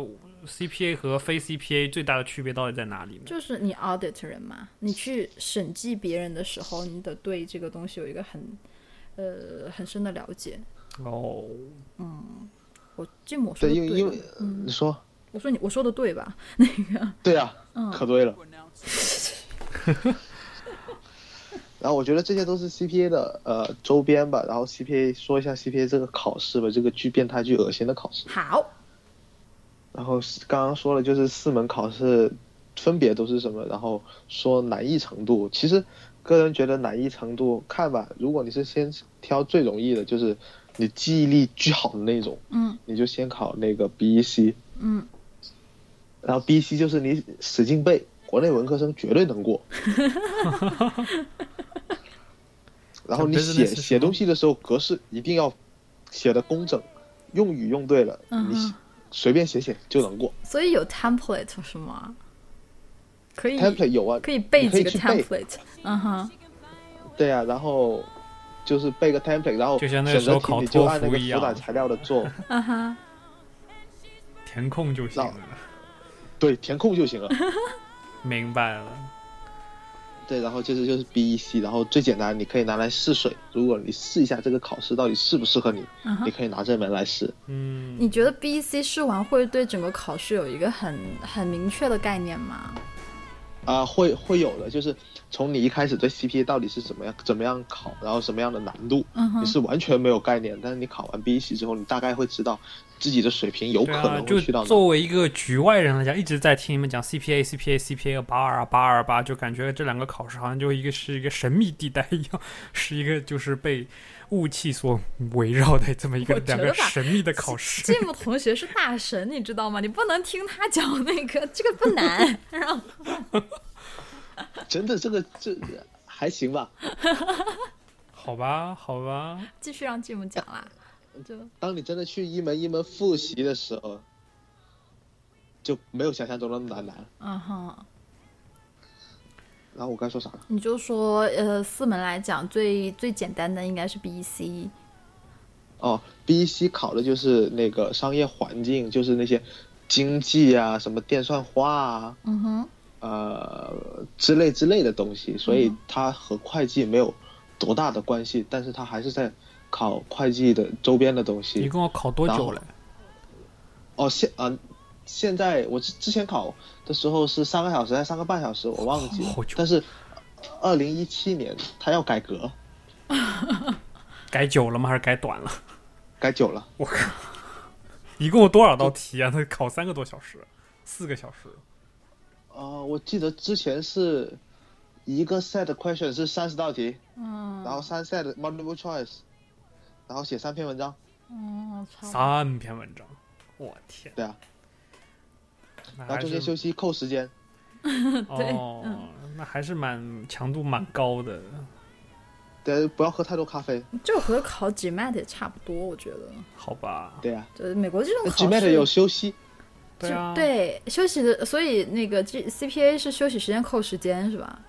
C: CPA 和非 CPA 最大的区别到底在哪里呢？
B: 就是你 audit 人嘛，你去审计别人的时候，你得对这个东西有一个很呃很深的了解。
C: 哦，
B: 我这么说
D: 对，
B: 的
D: 因为因为
B: 吧
D: 你说
B: 我说你我说的对吧？
D: 对啊，可对了。然后我觉得这些都是 CPA 的呃周边吧。然后 CPA 说一下 CPA 这个考试吧，这个巨变态、巨恶心的考试。
B: 好，
D: 然后是刚刚说了，就是四门考试分别都是什么，然后说难易程度。其实个人觉得难易程度看吧，如果你是先挑最容易的，就是你记忆力巨好的那种，
B: 嗯
D: 你就先考那个 BEC，
B: 嗯，
D: 然后 BEC 就是你使劲背，国内文科生绝对 能过。然后你
C: Business
D: 写
C: 是什么
D: 写东西的时候格式一定要写的工整，用语用对了，
B: 嗯
D: 你
B: 哼
D: 写随便写写就能过。
B: 所以有 template 是吗？可以
D: template 有啊，
B: 哎可以背
D: 你可以
B: 几个
D: 去背
B: template，嗯哼，
D: 对啊，然后就是背个 template，然后
C: 就像
D: 选
C: 那
D: 择
C: 个时
D: 题
C: 候考
D: 你就
C: 托
D: 按那
C: 福
D: 个
C: 一
D: 辅
C: 样
D: 导材料 的做，
B: 嗯哼，
C: 填空就行
D: 那
C: 了，
D: 对，填空就行了。
C: 明白了，
D: 对，然后这是就是 BEC，然后最简单，你可以拿来试水。如果你试一下这个考试到底适不适合你，
B: 嗯
D: 你
B: 哼。
D: 可以拿这门来试。
C: 嗯，
B: 你觉得 BEC 试完会对整个考试有一个很很明确的概念 吗？
D: 啊、会会有的，就是从你一开始对 CPA 到底是怎么样怎么样考，然后什么样的难度，
B: 嗯
D: 你
B: 哼，
D: 是完全没有概念。但是你考完 BEC 之后，你大概会知道自己的水平有可
C: 对啊，
D: 能
C: 就
D: 会去到哪。
C: 作为一个局外人来讲，一直在听你们讲 CPA、CPA、CPA 八二八二八，就感觉这两个考试好像就一个是一个神秘地带一样，是一个就是被雾气所围绕的这么一个
B: 我觉
C: 两
B: 得
C: 个
B: 吧
C: 神秘的考试。
B: Jim 同学是大神，你知道吗？你不能听他讲那 个，这个不难。然后
D: 真的，这个这还行吧。
C: 好吧，好吧，
B: 继续让 Jim 讲啦，就
D: 当你真的去一门一门复习的时候，就没有想象中那么难难。
B: 嗯哼，
D: 然后我该说啥了？
B: 你就说呃，四门来讲最最简单的应该是 BEC，
D: 哦，BEC 考的就是那个商业环境，就是那些经济啊、什么电算化啊、
B: 嗯哼，
D: 呃之类之类的东西，所
B: 嗯
D: 以它和会计没有多大的关系，但是它还是在考会计的周边的东
C: 一
D: 西。
C: 共要考多
D: 然
C: 久
D: 后
C: 了？
D: 哦，现啊、现在我之之前考的时候是三个小时还是三个半小时，我忘记了
C: 好久。
D: 但是二零一七年它要改革，
C: 改久了吗？还是改短了？
D: 改久了。
C: 一共有多少道题啊？他考三个多小时，四个小时。
D: 呃，我记得之前是一个 set question 是三十道题，
B: 嗯，
D: 然后三 set multiple choice，然后写三篇文章，
B: 嗯，超
C: 三篇文章，我天，
D: 对啊，
C: 那
D: 然后
C: 还
D: 中间
C: 是
D: 休息扣时间，
B: 对嗯
C: 哦，那还是蛮强度蛮高的。
D: 对，不要喝太多咖啡，
B: 就和考 GMAT 也差不多，我觉得，
C: 好吧，
D: 对啊。
B: 就是美国这种考
D: GMAT
B: 试
D: 有休息，
B: 就
C: 对啊，
B: 对休息的，所以那个 G CPA 是休息时间扣时间是吧？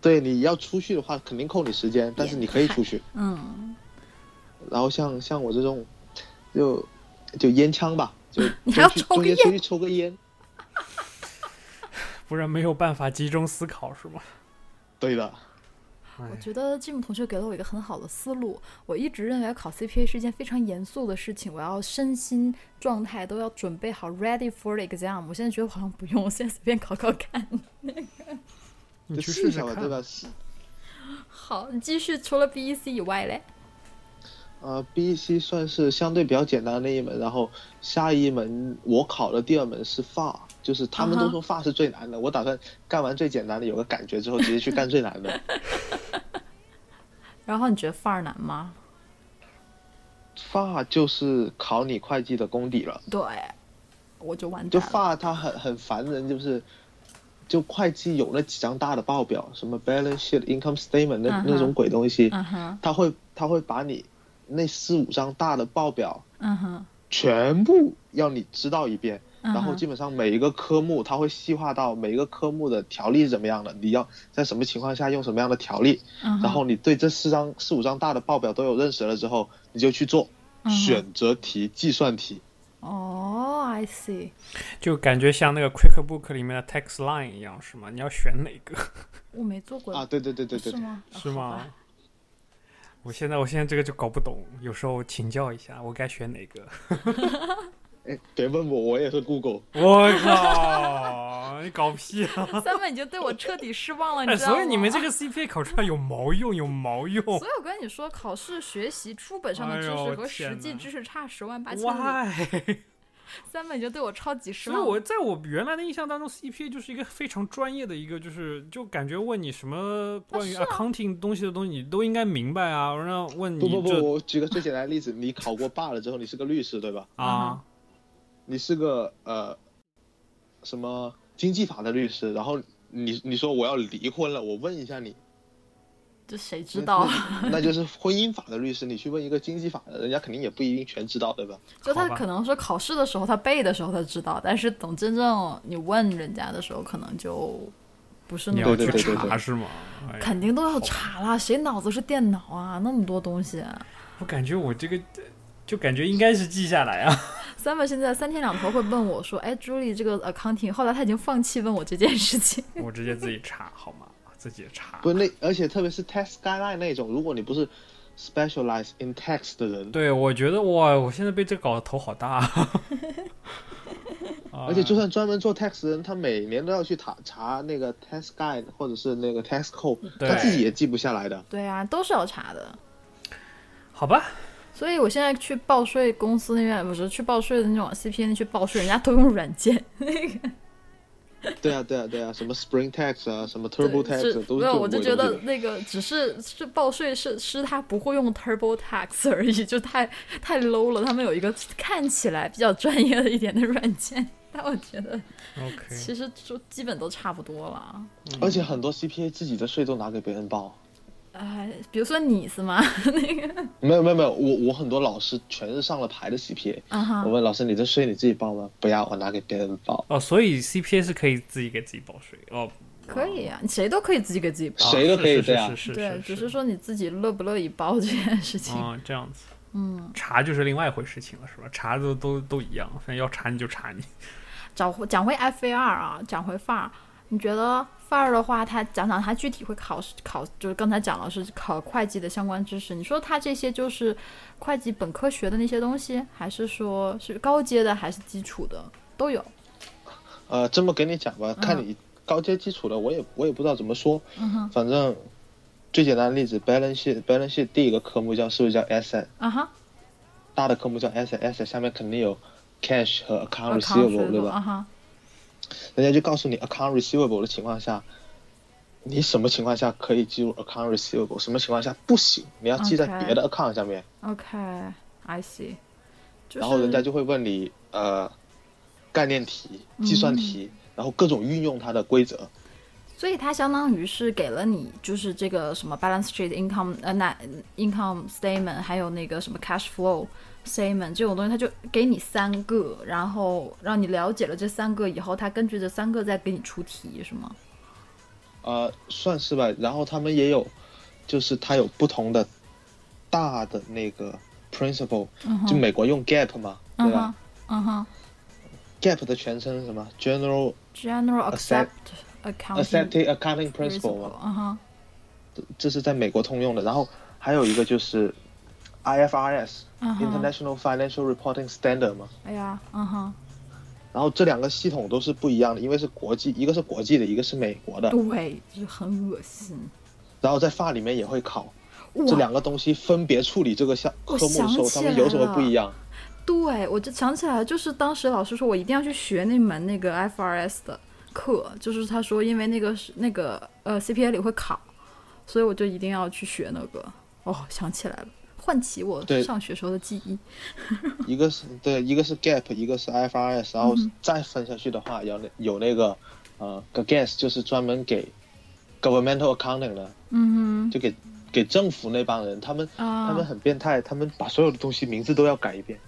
D: 对，你要出去的话肯定扣你时间，但是你可以出去。
B: 嗯，
D: 然后像像我这种，就就烟枪吧，就
B: 你还要
D: 出
B: 抽个
D: 去中间
B: 烟
D: 出去抽个烟，
C: 不然没有办法集中思考是吗？
D: 对的。
B: 我觉得 Jim 同学给了我一个很好的思路。我一直认为考 CPA 是一件非常严肃的事情，我要身心状态都要准备好，ready for the exam。我现在觉得我好像不用，我现在随便考考看。
C: 你
D: 就
C: 去
D: 试
C: 试
D: 一
C: 试
D: 下吧，
C: 看，
D: 对吧？是
B: 好，你继续，除了 BEC 以外嘞，
D: 呃，BEC 算是相对比较简单的一门，然后下一门我考的第二门是法，就是他们
B: 啊哈
D: 都说法是最难的，我打算干完最简单的有个感觉之后，直接去干最难的。
B: 然后你觉得范儿难吗？
D: 发就是考你会计的功底了。
B: 对，我就完蛋了。
D: 就发它很很烦人，就是就会计有那几张大的报表，什么 balance sheet、income statement 那、
B: 嗯哼
D: 那种鬼东西，
B: 嗯哼，
D: 他会他会把你那四五张大的报表
B: 嗯哼，
D: 全部要你知道一遍。
B: 嗯哼
D: 然后基本上每一个科目，它会细化到每一个科目的条例是怎么样的，你要在什么情况下用什么样的条例，
B: 嗯哼
D: 然后你对这四张四五张大的报表都有认识了之后，你就去做
B: 嗯哼
D: 选择题、计算题。
B: 哦，I see，
C: 就感觉像那个 QuickBook 里面的 Text Line 一样，是吗？你要选哪 个？
B: 我没做过
D: 啊，对对对对对
B: 是，吗？啊
C: 是？
B: 好
C: 吗
B: 吧？
C: 我现在我现在这个就搞不懂，有时候请教一下，我该选 哪个？
D: 哎，别问我，我也是 Google。
C: 我靠，你搞屁啊！
B: 三妹已经对我彻底失望了，
C: 哎，
B: 哦你知道吗？
C: 所以你们这个 CPA 考出来有毛用，有毛用
B: 所以我跟你说，考试学习书本上的知
C: 哎呦
B: 识和实际
C: 天哪
B: 知识差十万八千里。
C: ？Why？
B: 三妹已经对我超级失
C: 所以
B: 望了。
C: 我在我原来的印象当中，CPA 就是一个非常专业的一个，就是就感觉问你什么关于
B: 啊是啊
C: accounting 东西的东西，你都应该明白啊。然后问你
D: 不不不，
C: 这
D: 我举个最简单的例子，你考过爸了之后，你是个律师对吧？
C: 啊，
B: 嗯
D: 你是个呃什么经济法的律师，然后你你说我要离婚了，我问一下你，
B: 这谁知道？
D: 那就是婚姻法的律师，你去问一个经济法的，人家肯定也不一定全知道，对吧？
B: 就他
C: 好吧
B: 可能说考试的时候他背的时候他知道，但是等真正你问人家的时候，可能就不是
C: 你
B: 那
C: 要
B: 么
D: 对
C: 去
D: 对对对
C: 查
D: 对
C: 是吗？哎呀
B: 肯定都要查啦，谁脑子是电脑啊？那么多东西，
C: 我感觉我这个就感觉应该是记下来啊。
B: 三本现在三天两头会问我说：“哎，Julie 这个 accounting。”后来他已经放弃问我这件事情。
C: 我直接自己查好吗？自己查。
D: 不是那，而且特别是 tax guideline 那种，如果你不是 specialize in tax 的人，
C: 对，我觉得哇，我现在被这搞得头好大。啊
D: 而且就算专门做 tax 的人，他每年都要去查查那个 tax guide 或者是那个 tax code，
C: 对
D: 他自己也记不下来的。
B: 对啊，都是要查的。
C: 好吧，
B: 所以我现在去报税公司那边，不是去报税的那种 CPA 那去报税，人家都用软件。
D: 对啊，对啊，对啊，什么 Spring Tax 啊，什么
B: 对
D: Turbo Tax
B: 是
D: 啊都
B: 没
D: 是这
B: 有，
D: 种
B: 我就
D: 鬼
B: 觉
D: 东西
B: 得嗯那个只是是报税是是他不会用 TurboTax 而已，就太太 low 了。他们有一个看起来比较专业的一点的软件，但我觉得
C: OK，
B: 其实就基本都差不多了。
D: 而且很多 CPA 自己的税都拿给别人报。
B: 哎，比如说你是吗？ 那个
D: 没有没有没有，我我很多老师全是上了牌的 CPA。
B: 啊哈
D: 我，问老师，你这税你自己报吗？不要，我拿给别人报。
C: 哦，所以 CPA 是可以自己给自己报税哦，
B: 可以啊，谁都可以自己给自己报。
D: 谁都可以
C: 这
D: 这样
C: 是是
B: 对，只
C: 是
B: 是说你自己乐不乐意包这件事情。
C: 嗯这样子，嗯，查就是另外一回事情了，是吧？查都都都一样，反正要查你就查 你。
B: 找回讲回 FAR 啊，讲回 FAR，你觉得 FAR 的话，它讲讲它具体会考试考，就是刚才讲了是考会计的相关知识。你说它这些就是会计本科学的那些东西，还是说是高阶的，还是基础的都有？
D: 呃，这么跟你讲吧，看你高阶基础的，我也我也不知道怎么说。
B: 嗯哼，
D: 反正最简单的例子，balance sheet，balance sheet 第一个科目叫是不是叫 asset？
B: 啊哈，
D: 大的科目叫 asset，asset 下面肯定有 cash 和 account
B: 啊康
D: receivable，对
B: 啊
D: 吧？
B: 哈，
D: 人家就告诉你 account receivable 的情况下，你什么情况下可以记入 account receivable，什么情况下不行，你要记在
B: OK
D: 别的 account 上面。
B: OK，I see，就是
D: 然后人家就会问你呃概念题、
B: 嗯
D: 计算题，然后各种运用它的规则。
B: 所以它相当于是给了你，就是这个什么 balance sheet income 呃，那 income statement，还有那个什么 cash flow statement 这种东西，它就给你三个，然后让你了解了这三个以后，它根据这三个再给你出题，是吗？
D: 呃，算是吧。然后他们也有，就是它有不同的大的那个 principle，、就美国用 GAP 嘛，
B: 嗯
D: 对吧
B: 哼，嗯哼
D: GAP 的全称是什么？General
B: ，general accept
D: Accept-
B: accounting
D: Accepted Accounting Principle
B: principle，
D: 嘛，
B: 嗯哼，
D: 这是在美国通用的。然后还有一个就是 IFRS、
B: 嗯哼，
D: International Financial Reporting Standard 嘛。
B: 哎呀，嗯哼，
D: 然后这两个系统都是不一样的，因为是国际，一个是国际的，一个是美国的。
B: 对，就很恶心。
D: 然后在法里面也会考这
B: 哇，
D: 两个东西分别处理这个项
B: 我
D: 科目的时
B: 想
D: 候，
B: 起
D: 他们有什么
B: 来
D: 不一
B: 了
D: 样？
B: 对，我就想起来，就是当时老师说我一定要去学那门那个 FRS 的课，就是他说因为那个是那个呃 CPA 里会考，所以我就一定要去学那个。哦，想起来了，唤起我
D: 对
B: 上学时候的记忆。
D: 一个是对，一个是 gap，一个是 IFRS，然后
B: 嗯
D: 再分下去的话，有那有那个呃 GAS，就是专门给 governmental accounting 的，
B: 嗯
D: 就给给政府那帮人，他们
B: 哼
D: 他们
B: 啊，
D: 很变态，他们把所有的东西名字都要改一遍。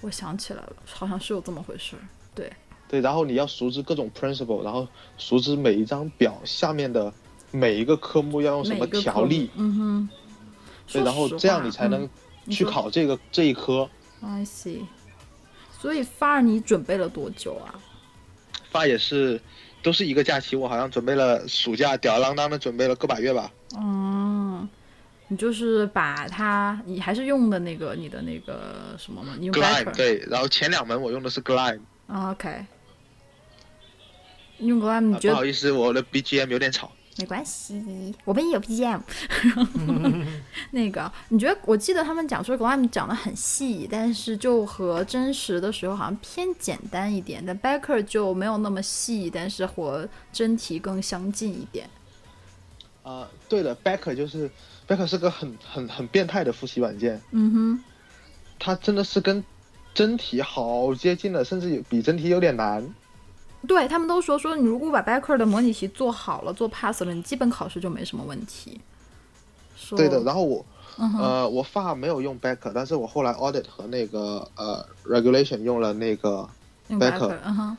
B: 我想起来了，好像是有这么回事儿。对，
D: 对，然后你要熟知各种 principle，然后熟知每一张表下面的每一个科目要用什
B: 每
D: 么
B: 一个
D: 条
B: 科
D: 例
B: 目，嗯哼。
D: 对，
B: 说
D: 然后
B: 实
D: 这样
B: 话嗯
D: 你才能
B: 你
D: 去
B: 说
D: 考这个这一科。
B: I see。所以发儿，你准备了多久啊？
D: 发也是，都是一个假期，我好像准备了暑假吊儿郎当的准备了个把月吧。
B: 嗯，你就是把它，你还是用的那个你的那个什么吗？你用
D: Glide
B: Backer
D: 对，然后前两门我用的是 Glide，、
B: 啊？OK。你用 Glide 你
D: 啊、
B: 觉
D: 不
B: 得
D: 好意思，我的 BGM 有点吵。
B: 没关系，我们也有 BGM。那个，你觉得？我记得他们讲说 Glide 讲的很细，但是就和真实的时候好像偏简单一点，但 Backer 就没有那么细，但是和真题更相近一点。
D: 啊、对了，Backer 就是 Backer 是个很很很变态的复习软件，
B: 嗯哼，
D: 它真的是跟真题好接近了，甚至有比真题有点难。
B: 对他们都说说，你如果把 Backer 的模拟题做好了，做 pass 了，你基本考试就没什么问题。说
D: 对的，然后我
B: 嗯哼，
D: 呃，我发没有用 Backer，但是我后来 audit 和那个呃 regulation 用了那个，
B: 用
D: Backer
B: Backer，嗯哼，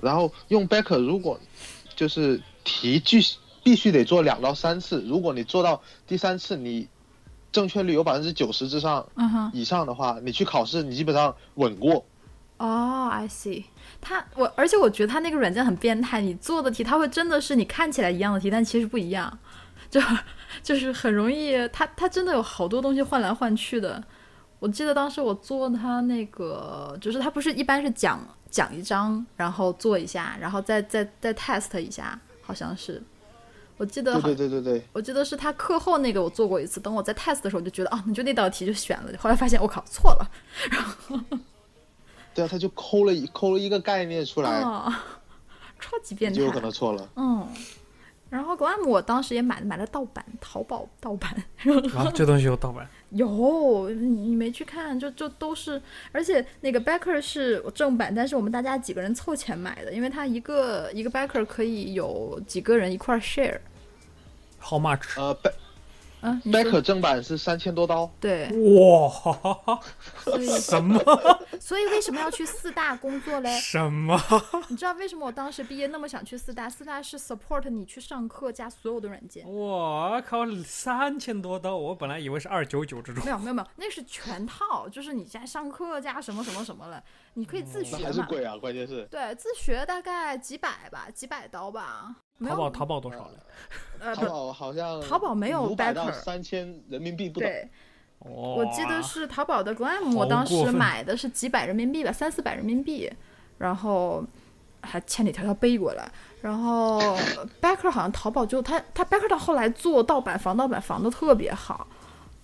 D: 然后用 Backer 如果就是题必须必须得做两到三次，如果你做到第三次你正确率有百分之九十之上
B: 嗯哼，
D: 以上的话，你去考试你基本上稳过。
B: 哦、i see 它。他我，而且我觉得他那个软件很变态，你做的题他会真的是你看起来一样的题，但其实不一样，就就是很容易，他他真的有好多东西换来换去的。我记得当时我做他那个，就是他不是一般是讲讲一章，然后做一下，然后再再再 test 一下，好像是。我记得
D: 对
B: 好
D: 对对对对，
B: 我记得是他课后那个我做过一次，等我在 test 的时候我就觉得哦，你就那道题就选了，后来发现我靠错了，
D: 对啊，他就抠了一抠了一个概念出来，
B: 哦， 超级变
D: 哎你
B: 态，
D: 就有可能错了。
B: 嗯。然后 Glam 我当时也买买了盗版，淘宝盗版
C: 啊，这东西有盗版，
B: 有，你你没去看，就就都是，而且那个 Backer 是正版，但是我们大家几个人凑钱买的，因为它一个一个 Backer 可以有几个人一块儿 share，
C: How much？
D: 呃，Back
B: 嗯、哦你说
D: Backer 正版是三千多刀，
B: 对，
C: 哇，
B: 所以
C: 什么
B: 所以为什么要去四大工作嘞？
C: 什么？
B: 你知道为什么我当时毕业那么想去四大？四大是 support 你去上课加所有的软件，
C: 我靠，三千多刀，我本来以为是二九九这种
B: 没。有没有没有，那是全套，就是你加上课加什么什么什么了，你可以自学
D: 那还是
B: 嘛。
D: 贵啊，关键是。
B: 对，自学大概几百吧，几百刀吧。没
C: 淘
B: 有
C: 宝淘宝多少了？
B: 呃，
D: 淘
B: 不，
D: 宝好像
B: 淘宝没有
D: 五百到
B: backer
D: 三千人民币不等。
B: 对，
C: 哦，
B: 我记得是淘宝的 Glam，我
C: 好
B: 当
C: 过
B: 时
C: 分
B: 买的是几百人民币吧，三四百人民币，然后还千里迢迢背过来。然后 Backer 好像淘宝就他他 Backer 到后来做盗版防盗版防的特别好，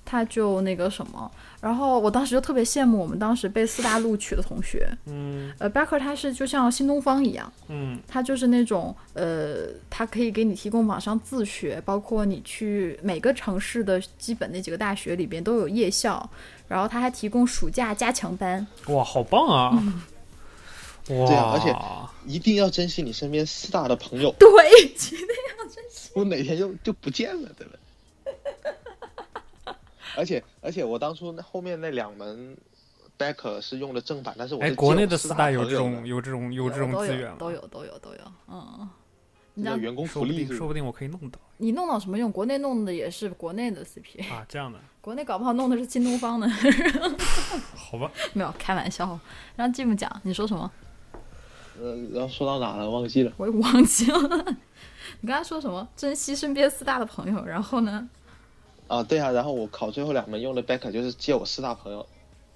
B: 他就那个什么，然后我当时就特别羡慕我们当时被四大录取的同学，
C: 嗯
B: 呃，Backer 他是就像新东方一样。
C: 嗯，
B: 它就是那种呃，它可以给你提供网上自学，包括你去每个城市的基本那几个大学里边都有夜校，然后它还提供暑假加强班。
C: 哇，好棒啊！
B: 嗯
D: 对啊
C: 哇，
D: 而且一定要珍惜你身边四大的朋友，
B: 对，其实
D: 我哪天就就不见了，对吧？ 而且而且我当初那后面那两门 backer 是用的正版，但是我
C: 哎，
D: 是
C: 国
D: 借
C: 内
D: 我
C: 的
D: 四
C: 四大有
D: 朋
C: 这
D: 友
C: 种
D: 的
C: 有这种有这种
B: 都
C: 资源
B: 有
C: 吗
B: 都有都有都有，嗯嗯。你知
D: 那
B: 道
D: 个员工福
C: 说不
D: 利
C: 定
D: 是
C: 说
D: 吧，
C: 不定我可以弄到
B: 你弄到什么用？国内弄的也是国内的
D: 哎
B: CP，
C: 啊，这 样的，
B: 国内搞不好弄的是新东方的。
C: 好吧？
B: 没有开玩笑，让 Jim 讲，你说什么？
D: 呃，然后说到哪了忘记了，
B: 我也忘记了。 你刚才说什么？珍惜身边四大的朋友，然后呢？
D: 啊，对啊，然后我考最后两门用的 backer 就是借我四大朋友，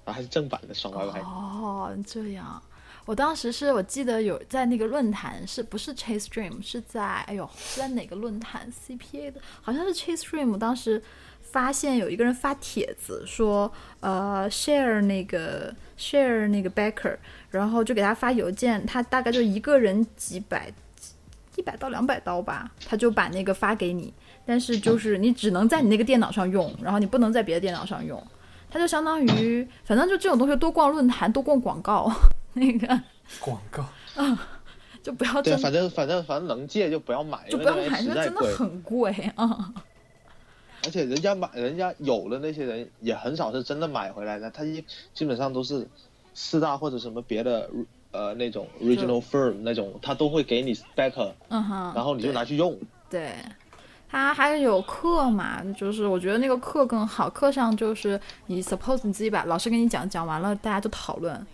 D: 啊还是正版的爽歪歪，
B: 哦，这样。我当时是我记得有在那个论坛，是不是 Chase Dream？是在哎呦是在哪个论坛 CPA 的？好像是 Chase Dream。我当时发现有一个人发帖子说，呃，share 那个 share 那个 Backer，然后就给他发邮件，他大概就一个人几百。一百到两百刀吧，他就把那个发给你，但是就是你只能在你那个电脑上用，然后你不能在别的电脑上用。它就相当于，反正就这种东西多逛论坛，多逛广告，那个
C: 广告，
B: 就不要
D: 对，啊
B: 真
D: 反正反正反正能借就不要买，
B: 就
D: 因
B: 不
D: 为
B: 要
D: 那
B: 买，因
D: 玩意实
B: 为
D: 在
B: 真的
D: 贵。
B: 很贵啊。
D: 而且人家买，人家有的那些人也很少是真的买回来的，他一基本上都是四大或者什么别的呃那种 regional firm 那种，他都会给你 spec，
B: 嗯哼，
D: 然后你就
B: 对
D: 拿去用。
B: 对，它还有课嘛，就是我觉得那个课更好，课上就是你 suppose 你自己把老师给你讲讲完了，大家就讨论，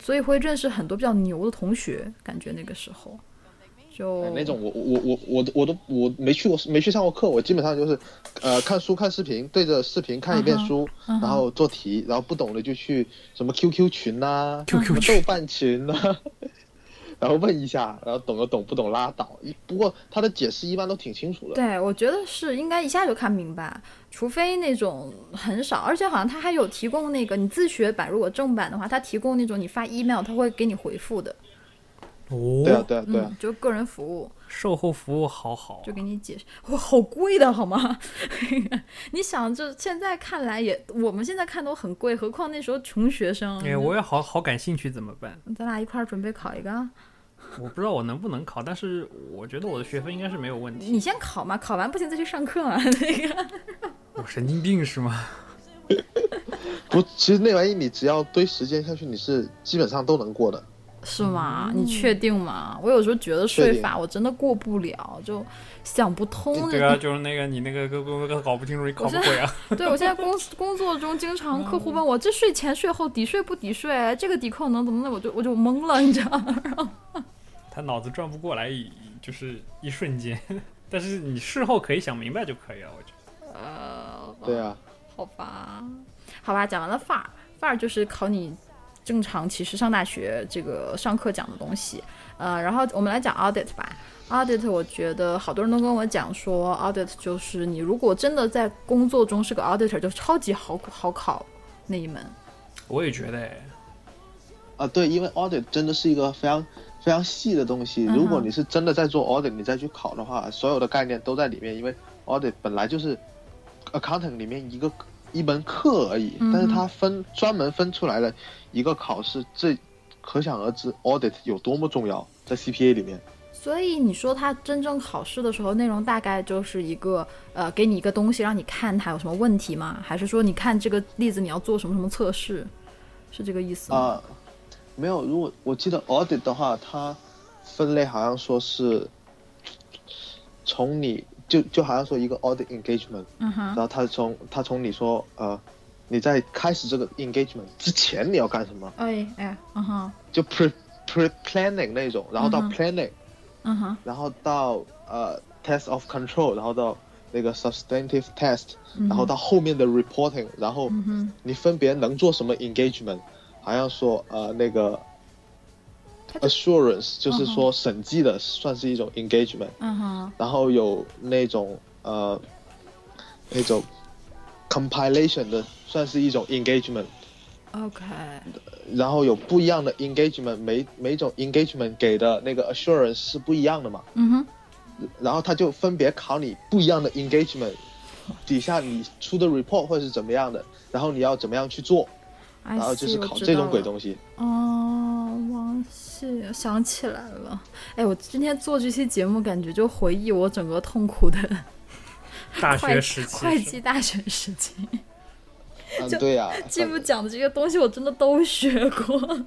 B: 所以会认识很多比较牛的同学，感觉那个时候就、
D: 哎那种我我我我我都我没去过没去上过课，我基本上就是呃看书看视频，对着视频看一遍
B: 嗯哼
D: 书，
B: 嗯哼
D: 然后做题，然后不懂的就去什么 QQ 群呐、
C: QQ
D: 什么
C: 群
D: 豆瓣群呐、 然后问一下，然后懂就懂，不懂拉倒。一不过他的解释一般都挺清楚的。
B: 对，我觉得是应该一下就看明白，除非那种很少，而且好像它还有提供那个你自学版，如果正版的话，它提供那种你发 email 它会给你回复的，
D: 对啊
C: 哦，，
D: 对啊，对啊
B: 嗯，，就个人服务。
C: 售后服务好好啊
B: 就，给你解释，哇，好贵的好吗？ 你想，就现在看来也，我们现在看都很贵，何况那时候穷学生。
C: 哎，我也好好感兴趣，怎么办？
B: 咱俩一块儿准备考一个，
C: 我不知道我能不能考，但是我觉得我的学分应该是没有问题。
B: 你先考嘛，考完不行再去上课嘛。那个，
C: 我神经病是吗？
D: 不，其实那玩意你只要堆时间下去，你是基本上都能过的。
B: 是吗？你确定吗？我有时候觉得
D: 确
B: 税
D: 定
B: 法我真的过不了，就想不通那
C: 对啊，
B: 个。
C: 就是那个你那个个个个搞不清楚，你考不会啊。
B: 对我现在工工作中经常客户问我这税前税后抵税不抵税，这个抵扣能怎么的，我就我就懵了，你知道吗？
C: 他脑子转不过来，就是一瞬间。 但是你事后可以想明白就可以了，我觉得。
D: 对啊，
B: 好吧，好吧，讲完了范儿，范儿就是考你正常其实上大学这个上课讲的东西，呃，然后我们来讲 audit 吧。audit 我觉得好多人都跟我讲说，audit 就是你如果真的在工作中是个 auditor，就超级好好考那一门。
C: 我也觉得，哎
D: 啊对，因为 audit 真的是一个非常非常细的东西。
B: 嗯哼
D: 如果你是真的在做 audit，你再去考的话，所有的概念都在里面，因为 audit 本来就是 accounting 里面一个一门课而已，
B: 嗯哼
D: 但是它分专门分出来了一个考试，这可想而知 audit 有多么重要，在 CPA 里面。
B: 所以你说他真正考试的时候，内容大概就是一个呃，给你一个东西让你看它有什么问题吗？还是说你看这个例子你要做什么什么测试，是这个意思吗？
D: 啊、没有，如果我记得 audit 的话，它分类好像说是从你就就好像说一个 audit engagement，、
B: 嗯哼
D: 然。后它从它从你说呃你在开始这个 engagement 之前你要干什么，
B: 哎哎，嗯哼，
D: 就 pre pre planning 那种，然后到
B: 嗯哼
D: planning，、
B: 嗯哼，
D: 然后到呃 test of control，然后到那个 substantive test，、然
B: 嗯
D: 后到后面的 reporting，然后你分别能做什么 engagement，好像说呃那个
B: 它就
D: assurance 就是说审计的算是一种 engagement，、
B: 嗯哼，
D: 然后有那种呃那种 compilation 的算是一种 engagement，啊
B: OK，
D: 嗯然后有不一样的 engagement，每每种 engagement 给的那个 assurance 是不一样的嘛。
B: 嗯哼，
D: 然后他就分别考你不一样的 engagement，底下你出的 report 会是怎么样的，然后你要怎么样去做，
B: I
D: 然后就是
B: see，我
D: 考
B: 知
D: 这
B: 道
D: 种鬼
B: 了。
D: 东西。
B: 哦，王谢，想起来了。哎，我今天做这期节目，感觉就回忆我整个痛苦的
C: 大
B: 会
C: 学时期
B: 会
C: 是
B: 计大学时期，
D: 嗯，对呀、
B: 继
D: 反
B: 父讲的这些东西，我真的都学过。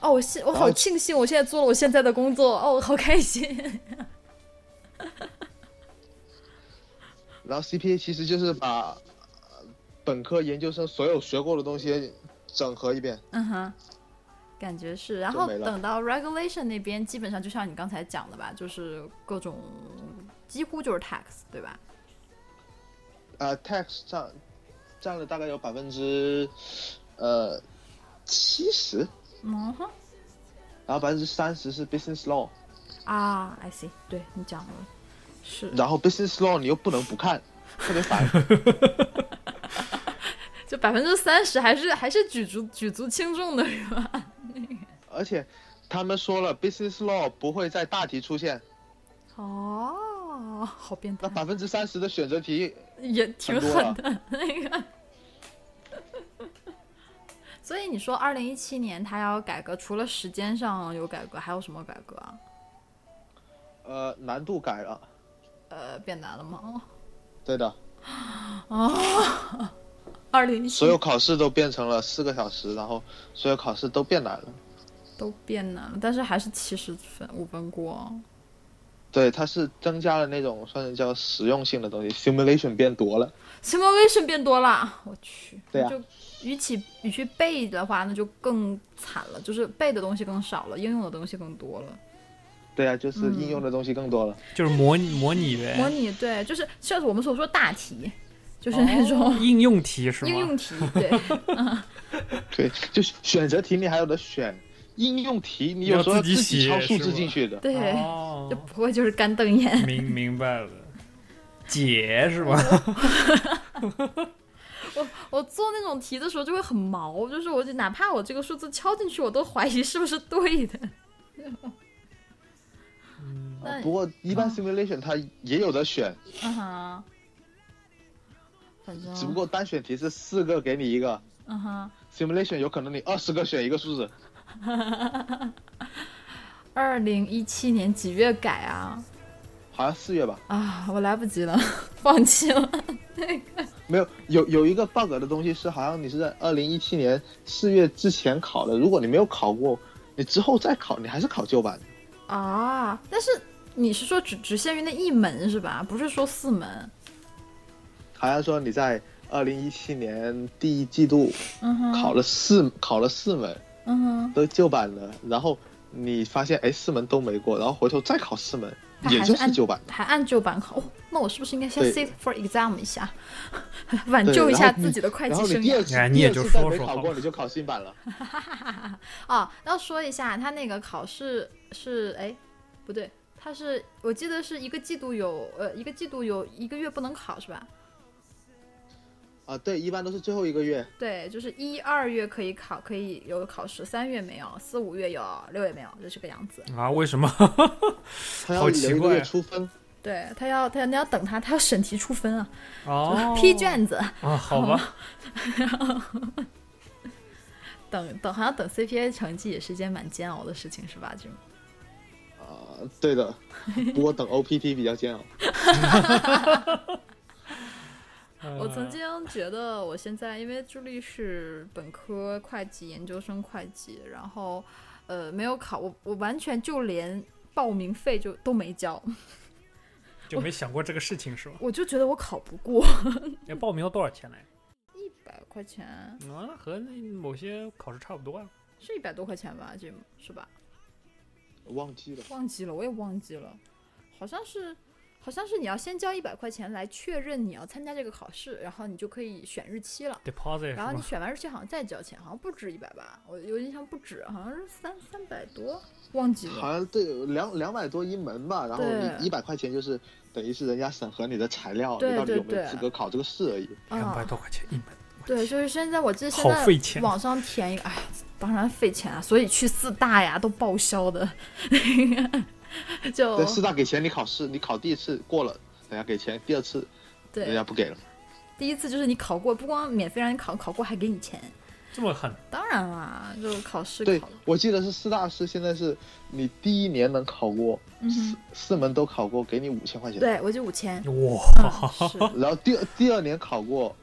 B: 哦，我现我
D: 然
B: 好
D: 后
B: 庆幸，我现在做了我现在的工作，哦，我好开心。
D: 然后 CPA 其实就是把呃本科、研究生所有学过的东西整合一遍。
B: 嗯哼，感觉是。然
D: 就
B: 后
D: 没了
B: 等到 regulation 那边，基本上就像你刚才讲的吧，就是各种几乎就是 tax，对吧？
D: 呃，tax 占占了大概有百分之呃七十，
B: 嗯哼，
D: 然后百分之三十是 business law，
B: 啊，I see，对你讲了，是
D: 然后 business law 你又不能不看，特别烦。
B: 就百分之三十，还是还是举足举足轻重的是吧？
D: 而且他们说了，business law 不会在大题出现，
B: 哦，好变态
C: 嗯
D: 那，百分之三十的选择题
B: 也挺
D: 啊
B: 狠 的那个。所以你说，二零一七年他要改革，除了时间上有改革，还有什么改革啊？
D: 呃，难度改了，
B: 呃，变难了吗？
D: 对的，
B: 啊，二零一七
D: 所有考试都变成了四个小时，然后所有考试都变难了。
B: 都变难了，但是还是七十分五分过。
D: 对，它是增加了那种算是叫实用性的东西，simulation 变多了。
B: simulation 变多啦，我去。
D: 对啊
B: 就与其与其背的话，那就更惨了，就是背的东西更少了，应用的东西更多了。
D: 对啊，就是应用的东西更多了。
C: 就是模拟模拟
D: 哎
B: 模
C: 呗，
B: 拟对，就是像我们所说大题，就是
C: 哦
B: 那种
C: 应用题是
B: 应
C: 吗？
B: 用题，对，
C: 嗯
D: 对，就是选择题你还有的选，应用题你有时候
C: 要自己写
D: 敲数
C: 是
D: 字
C: 吗
D: 进去的。
B: 对，
C: 哦
B: 就不会就是干瞪眼。
C: 明明白了，解 是吧？
B: 我我做那种题的时候就会很毛，就是我就哪怕我这个数字敲进去，我都怀疑是不是对的。那
D: 啊不过一般 simulation 它也有的选，
B: 嗯哼，反正
D: 只不过单选题是四个给你一个
B: 嗯哼，
D: ，simulation 有可能你二十个选一个数字。
B: 二零一七年几月改啊？
D: 好像四月吧，
B: 啊，我来不及了，放弃了。
D: 没有有有一个 bug 的东西是，好像你是在二零一七年四月之前考的，如果你没有考过，你之后再考，你还是考旧版的。
B: 啊，但是你是说只只限于那一门是吧？不是说四门？
D: 好像说你在二零一七年第一季度
B: 嗯哼，
D: 考了四、考了四门，
B: 嗯哼，
D: 都旧版了，然后你发现哎四门都没过，然后回头再考四门，
B: 它
D: 也
B: 还
D: 就是
B: 按
D: 旧版。
B: 还按旧版考、哦。那我是不是应该先
D: 对
B: sit for exam 一下， 挽
D: 对
B: 救一
D: 然
B: 下
D: 后你
B: 自己的会
D: 然
B: 计
D: 后你
B: 生
D: 第
B: 涯
D: 二？次
C: 哎你
D: 第
C: 也
D: 二
C: 就
D: 次再
C: 说
D: 没
C: 说
D: 考
C: 好
D: 过，
C: 吧
D: 你就考新版了。
B: 哦，要说一下，他那个考试是哎，不对，他是我记得是一个季度有呃一个季度有一个月不能考是吧？
D: 啊，对，一般都是最后一个月。
B: 对，就是一二月可以考，可以有考试，三月没有，四五月有，六月没有，就这个样子。
C: 啊，为什么？
D: 他要
C: 好奇
D: 留一个
C: 怪
D: 月
C: 啊
D: 出分，
B: 对他要他你要等他，他要审题出分啊，
C: 哦，
B: 批卷子，
C: 啊，好吧，
B: 等等好像等 CPA 成绩也是一件蛮煎熬的事情是吧？这种
D: 啊、对的。不过等 OPT 比较煎熬。
B: 我曾经觉得，我现在因为朱莉是本科会计、研究生会计，然后呃没有考，我我完全就连报名费就都没交，
C: 就没想过这个事情是吧？
B: 我就觉得我考不过，
C: 哎，报名要多少钱来？
B: 一百块钱
C: 啊，和那某些考试差不多啊。
B: 是一百多块钱吧，这是吧？
D: 忘记了，
B: 忘记了，我也忘记了，好像是。好像是你要先交一百块钱来确认你要参加这个考试，然后你就可以选日期了。
C: deposit 是
B: 然后你
C: 吧？
B: 选完日期好像再交钱，好像不止一百吧，我有印象不止，好像是三三百多，忘记了。
D: 好像对两两百多一门吧，然后
B: 对
D: 一一百块钱就是等于是人家审核你的材料，
B: 对
D: 你到底
B: 对
D: 有没有
B: 对
D: 资格考这个试而已。
C: 两百
B: 啊，
C: 多块钱一门，
B: 对，就是现在我记得现
C: 好
B: 在
C: 费钱
B: 网上填一个，哎，当然费钱啊，所以去四大呀都报销的， 就哦
D: 对，四大给钱你考试，你考第一次过了，人家给钱；第二次人家
B: 对，
D: 不给了。
B: 第一次就是你考过，不光免费让你考，考过还给你钱，
C: 这么狠，
B: 当然啦，就考试
D: 对
B: 考了，，
D: 我记得是四大是现在是你第一年能考过
B: 嗯哼，
D: 四门都考过，给你五千块钱。
B: 对我就五千，
C: 哇，
B: 啊是
D: 然后第二第二年考过，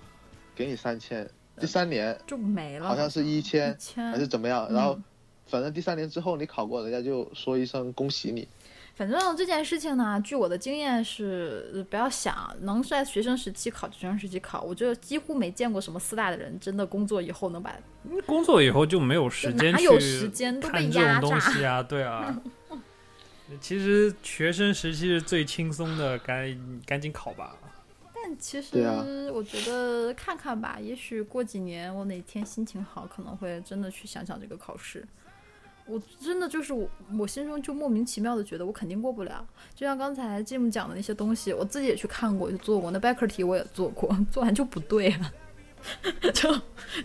D: 给你三千，
B: 嗯
D: 第三年
B: 就没了，
D: 好像是一千
B: 一千
D: 还是怎么样，
B: 嗯
D: 然后反正第三年之后你考过，人家就说一声恭喜你。
B: 反正这件事情呢，据我的经验是，呃不要想能在学生时期考就学生时期考，我就几乎没见过什么四大的人真的工作以后能把
C: 工作以后就没有时间
B: 哪
C: 去
B: 有时间都被
C: 看这
B: 压
C: 种
B: 榨
C: 东西啊，对啊。其实学生时期是最轻松的，赶赶紧考吧。
B: 但其
D: 对
B: 实
D: 啊
B: 我觉得看看吧，也许过几年我哪天心情好，可能会真的去想想这个考试。我真的就是我，我心中就莫名其妙的觉得我肯定过不了。就像刚才 Jim 讲的那些东西，我自己也去看过，就做过。那 Becker 题我也做过，做完就不对了。 就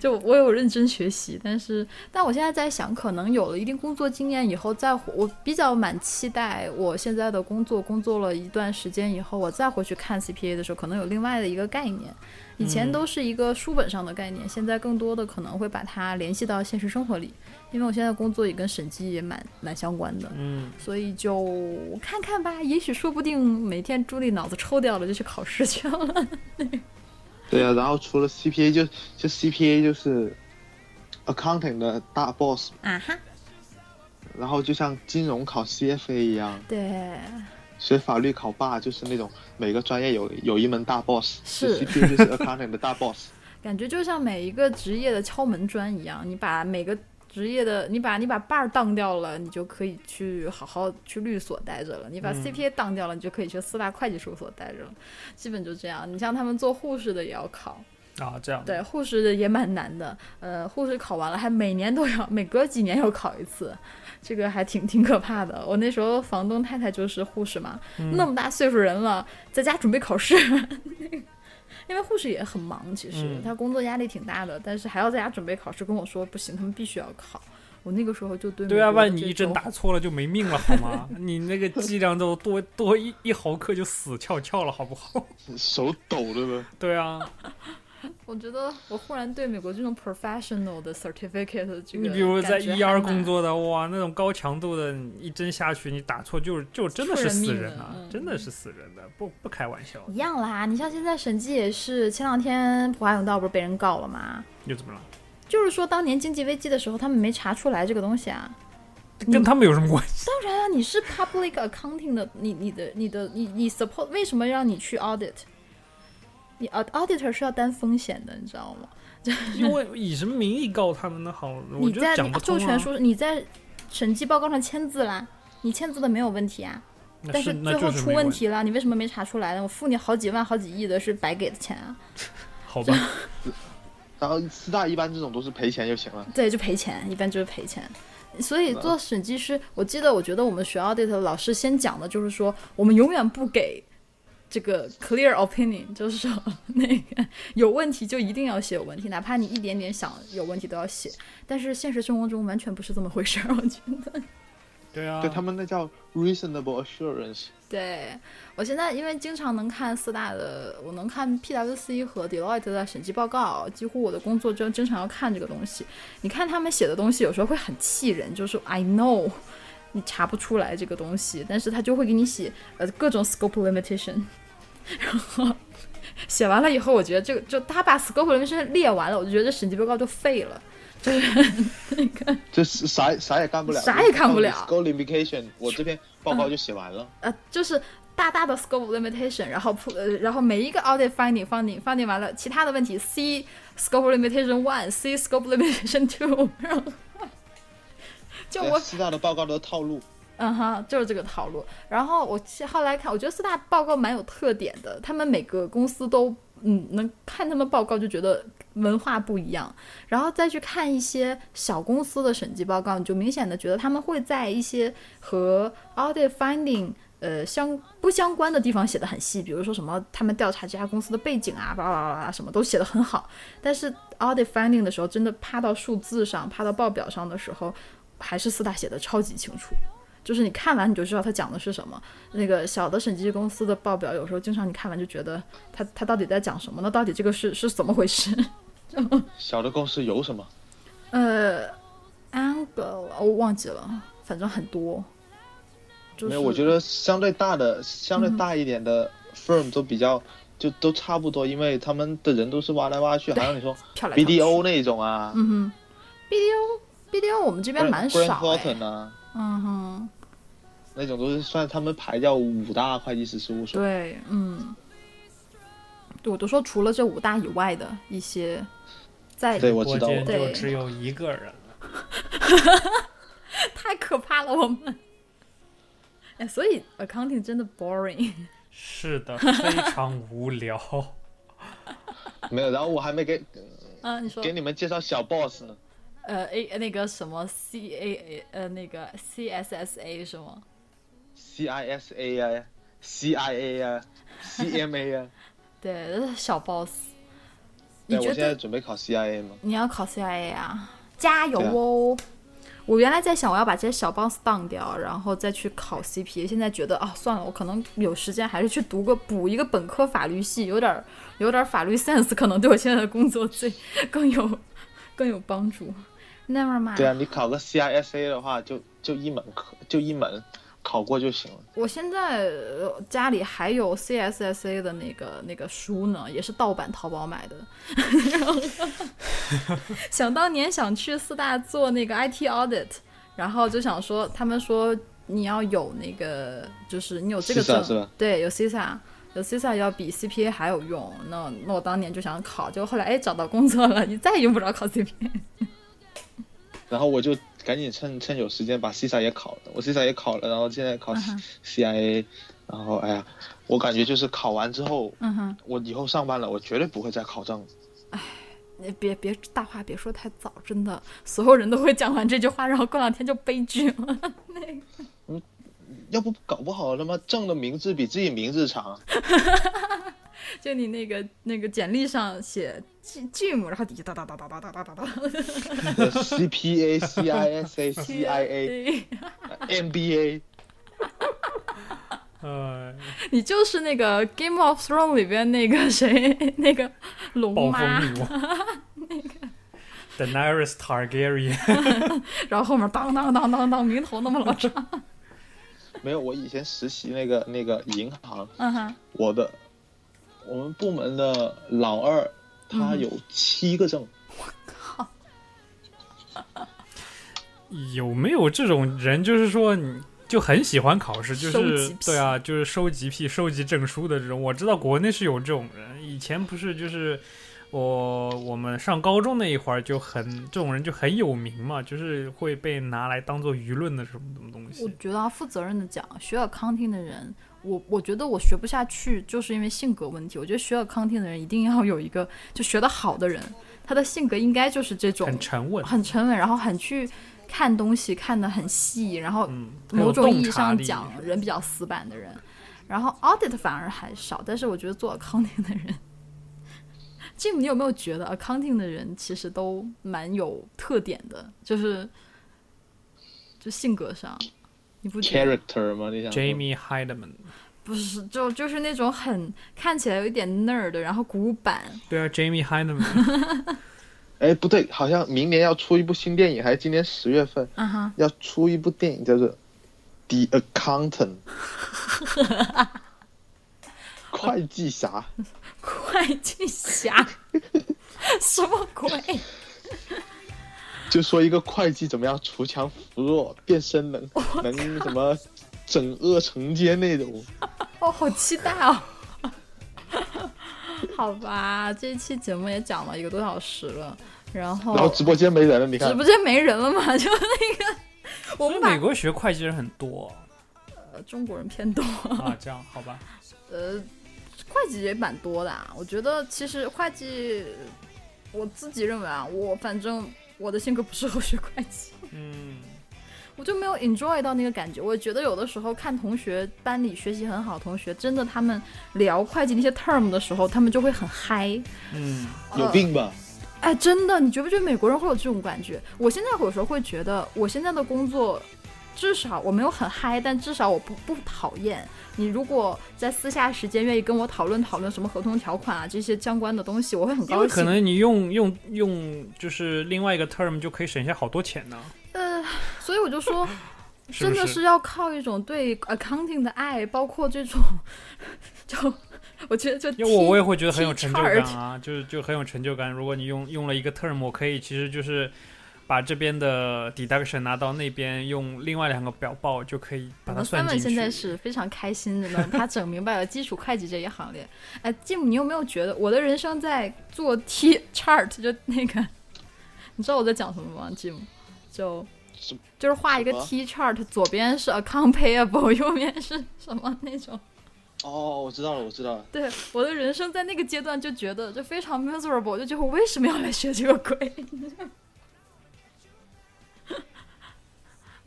B: 就我有认真学习，但是但我现在在想，可能有了一定工作经验以后再回，我比较蛮期待我现在的工作，工作了一段时间以后，我再回去看 CPA 的时候，可能有另外的一个概念。以前都是一个书本上的概念，现在更多的可能会把它联系到现实生活里，因为我现在工作也跟审计也蛮蛮相关的，
C: 嗯，
B: 所以就看看吧，也许说不定每天朱莉脑子抽掉了就去考试去了。
D: 对啊，然后除了 CPA 就就 CPA 就是 accounting 的大 boss，
B: 啊哈，
D: 然后就像金融考 CFA 一样，
B: 对，
D: 学法律考霸就是那种每个专业有有一门大 boss，
B: 是
D: CPA 就是 accounting 的大 boss。
B: 感觉就像每一个职业的敲门砖一样，你把每个职业的，你把你把 bar 当掉了，你就可以去好好去律所待着了；你把 CPA 当掉了，你就可以去四大会计事务所待着了。基本就这样。你像他们做护士的也要考，
C: 啊，这样，
B: 对，护士的也蛮难的。呃，护士考完了还每年都要，每隔几年要考一次，这个还挺挺可怕的。我那时候房东太太就是护士嘛，那
C: 嗯
B: 么大岁数人了，在家准备考试。 因为护士也很忙，其实
C: 嗯
B: 她工作压力挺大的，但是还要在家准备考试，跟我说不行，他们必须要考。我那个时候就对
C: 对啊，
B: 美国的
C: 万一
B: 这
C: 一针
B: 种
C: 打错了就没命了，好吗？ 你那个剂量都多多一一毫克就死翘翘了，好不好？
D: 手抖着呢。
C: 对啊，
B: 我觉得我忽然对美国这种 professional 的 certificate 的这个
C: 你比如在
B: 感觉
C: ER
B: 还蛮
C: 工作的，哇，那种高强度的，你一针下去你打错就是就真的是
B: 出人
C: 死
B: 命
C: 人
B: 的
C: 啊，
B: 嗯
C: 真的是死人的，不不开玩笑
B: 一，样啦，你像现在审计也是，前两天普华永道不是被人告了吗？
C: 又怎么了？
B: 就是说当年经济危机的时候，他们没查出来这个东西啊。
C: 跟他们有什么关系？
B: 当然啊，你是 public accounting 的，你你的你的你你 support 为什么让你去 audit？你 aud- auditor 是要担风险的，你知道吗？
C: 因为以什么名义告他们呢？好，我
B: 你
C: 觉
B: 在
C: 得
B: 你
C: 讲不
B: 授
C: 通
B: 权
C: 啊。
B: 书你在审计报告上签字啦，你签字的没有问题啊，
C: 那
B: 但
C: 是那
B: 最
C: 就
B: 后
C: 是
B: 出
C: 没
B: 问
C: 问，
B: 题了，你为什么没查出来呢？我付你好几万好几亿的是白给的钱啊，
C: 好吧？
D: 然后四大一般这种都是赔钱就行了。
B: 对，就赔钱，一般就是赔钱。所以做审计师，我记得，我觉得我们学 audit 的老师先讲的就是说，我们永远不给这个 clear opinion，就是说那个有问题就一定要写有问题，哪怕你一点点想有问题都要写。但是现实生活中完全不是这么回事儿，我觉得。
C: 对啊，
B: 嗯
D: 对他们那叫 reasonable assurance，
B: 对我现在因为经常能看四大的，我能看 PwC 和 Deloitte 的审计报告，几乎我的工作就经常要看这个东西。你看他们写的东西，有时候会很气人，就是 I know 你查不出来这个东西，但是他就会给你写呃各种 scope limitation，然 后写完了以后，我觉得这个就他把 scope limitation 列完了，我就觉得这审计报告就废了。
D: 就是啥啥也干不了，
B: 啥也干不了
D: s c o l i m i c a t i o n 我这篇报告就写完了。
B: 呃，就是大大的 scope limitation，然后 pu- 呃，然后每一个 audit finding finding finding 完了，其他的问题 C scope limitation one C scope limitation two，然后 就
D: 对
B: 我
D: 哎四大的报告都套路，
B: 嗯哼，就是这个套路。然后我其后来看，我觉得四大报告蛮有特点的，他们每个公司都嗯，能看他们报告就觉得文化不一样。然后再去看一些小公司的审计报告，你就明显的觉得他们会在一些和 audit finding。呃，相不相关的地方写的很细，比如说什么他们调查这家公司的背景啊，巴拉巴拉巴拉，什么都写的很好。但是 audit finding 的时候，真的趴到数字上、趴到报表上的时候，还是四大写的超级清楚。就是你看完你就知道他讲的是什么。那个小的审计公司的报表，有时候经常你看完就觉得他他到底在讲什么呢？到底这个是是怎么回事？
D: 小的公司有什么？
B: 呃，angle 哦我忘记了，反正很多。就是、嗯
D: 没有，我觉得相对大的、相对大一点的 firm 都比较，就都差不多，因为他们的人都是挖来挖去，好像 你说
B: 漂亮。
D: BDO 那种啊，
B: 嗯哼，BDO BDO 我们这边
D: Grant-
B: 蛮
D: Grant
B: 少、哎
D: Thornton 啊，
B: 嗯哼，
D: 那种都是算他们排叫五大会计师事务所。
B: 对，嗯，对我都说除了这五大以外的一些， 在
D: 对，我知道，
C: 间
D: 我
C: 就
B: 对
C: 只有一个人了。
B: 太可怕了我们。哎，所以 accounting 真的 boring。
C: 是的，非常无聊。
D: 没有。然后我还没给
B: 嗯，你说
D: 给你们介绍小 boss 呢，
B: 呃 A 那个什么 C A A 呃那个 C S S A 是吗？
D: CISA 啊，CIA 啊，CMA 啊，
B: 对，小 boss。你
D: 对，我
B: 觉
D: 现在
B: 得
D: 准备考 CIA 嘛，
B: 你要考 CIA 啊？加油
D: 对啊
B: 哦！我原来在想我要把这些小 boss 当掉，然后再去考 CPA。现在觉得啊、算了，我可能有时间还是去读个补一个本科法律系，有点儿有点儿法律 sense，可能对我现在的工作最 更有更有帮助。Never mind，
D: 对啊，你考个 CISA 的话，就就一门课，就一门考过就行了。
B: 我现在呃家里还有 CSSA 的那个那个书呢，也是盗版淘宝买的。 然后想当年想去四大做那个 IT audit，然后就想说，他们说你要有那个，就是你有这个
D: CISA
B: 证，
D: 是吧
B: 对，有 CISA。有 CISA 要比 CPA 还有用，那那我当年就想考，结果后来哎找到工作了，你再也用不着考 CPA。
D: 然后我就赶紧趁趁有时间把 CISA 也考了，我 CISA 也考了，然后现在
B: 嗯
D: 考 CIA，、然后哎呀，我感觉就是考完之后，
B: 嗯哼，
D: 我以后上班了，我绝对不会再考证了。
B: 你别别大话别说太早，真的，所有人都会讲完这句话，然后过两天就悲剧了。
D: 要不搞不好他妈证的名字比自己名 字长，啊
B: 就你那个那个简历上写 G Jim，然后底下哒哒哒哒哒哒哒哒哒
D: CPA、CISA、CIA、
B: CIA，
D: MBA，
C: 呃，
B: 你就是那个 Game of Thrones 里边那个谁， 那个龙
C: 暴
B: 妈，
C: 风 女王，那个 Daenerys Targaryen，
B: 然后后面当当当当当，名头那么 老长，
D: 没有，我以前实习那个那个银行，
B: 嗯哼，
D: 我的我们部门的老二，他
B: 嗯
D: 有七个证，
C: 有没有这种人？就是说你。就很喜欢考试，就
B: 收集
C: 是
B: 癖
C: 对啊，就是收集癖、收集证书的这种。我知道国内是有这种人，以前不是就是我我们上高中那一会儿就很这种人就很有名嘛，就是会被拿来当做舆论的什么什么东
B: 我
C: 西。
B: 觉得啊，负责任的讲，学 accounting 的人，我我觉得我学不下去，就是因为性格问题。我觉得学 accounting 的人一定要有一个就学得好的人，他的性格应该就是这种
C: 很沉稳，
B: 很沉稳，然后很去看东西看得很细，然后
C: 嗯，很有
B: 某种意
C: 洞
B: 义
C: 察
B: 上
C: 力
B: 讲，人比较死板的人，然后 audit 反而还少，但是我觉得做 accounting 的人，Jim，你有没有觉得 accounting 的人其实都蛮有特点的，就是就性格上，你不觉得？
D: character 吗？你想说
C: Jamie Heideman。
B: 不是，就就是那种很看起来有一点 nerd，然后古板，
C: 对啊，Jamie Heideman
D: 哎，不对，好像明年要出一部新电影，还是今年十月份
B: 啊哈，
D: 要出一部电影，叫做《The Accountant》，会计侠。
B: 会计侠，什么鬼？
D: 就说一个会计怎么样锄强扶弱，变身能能什么整恶惩奸那种。
B: 哦，好期待哦！ 好吧，这一期节目也讲了一个多小时了，然后
D: 然后直播间没人了，你
B: 哦直
D: 看
B: 播，间没人了嘛， 就那个我们
C: 所以
B: 把
C: 美国学会计人很多
B: 呃中国人偏多，
C: 啊，这样好吧？
B: 呃，会计也蛮多的、啊。我觉得其实会计，我自己认为啊，我反正我的性格不适合学会计。
C: 嗯，
B: 我就没有 enjoy 到那个感觉。我觉得有的时候看同学班里学习很好的同学，真的他们聊会计那些 term 的时候，他们就会很嗨。
C: 嗯，
D: 有病吧？
B: 哎，真的，你觉不觉得美国人会有这种感觉？我现在有时候会觉得，我现在的工作，至少我没有很嗨，但至少我不不讨厌。你如果在私下时间愿意跟我讨论讨论什么合同条款啊这些相关的东西，我会很
C: 因
B: 高
C: 为哦可
B: 兴。
C: 能你用用用就是另外一个 term 就可以省下好多钱呢，
B: 呃，所以我就 说，
C: 是
B: 真
C: 不
B: 的
C: 是？
B: 要靠一种对 accounting 的爱，包括这种， 就我觉得就
C: 因为我
B: 踢
C: 我也会觉得很有成就感
B: T-chart
C: 啊，就是就很有成就感。如果你用用了一个 term，我可以其实就是把这边的 deduction 拿到那边，用另外两个表报就可以把
B: 我
C: 它
B: 们三
C: 算
B: 问
C: 进去。
B: 现在是非常开心的呢，他整明白了基础会计这一行列。哎，Jim，你有没有觉得我的人生在做 T chart 就那个，你知道我在讲什么吗？Jim，就
D: 什么
B: 就是画一个
D: 什么
B: T chart，左边是 account payable，右边是什么那种。
D: 哦，我知道了，我知道了。
B: 对我的人生在那个阶段就觉得就非常 miserable，我就觉得我为什么要来学这个鬼？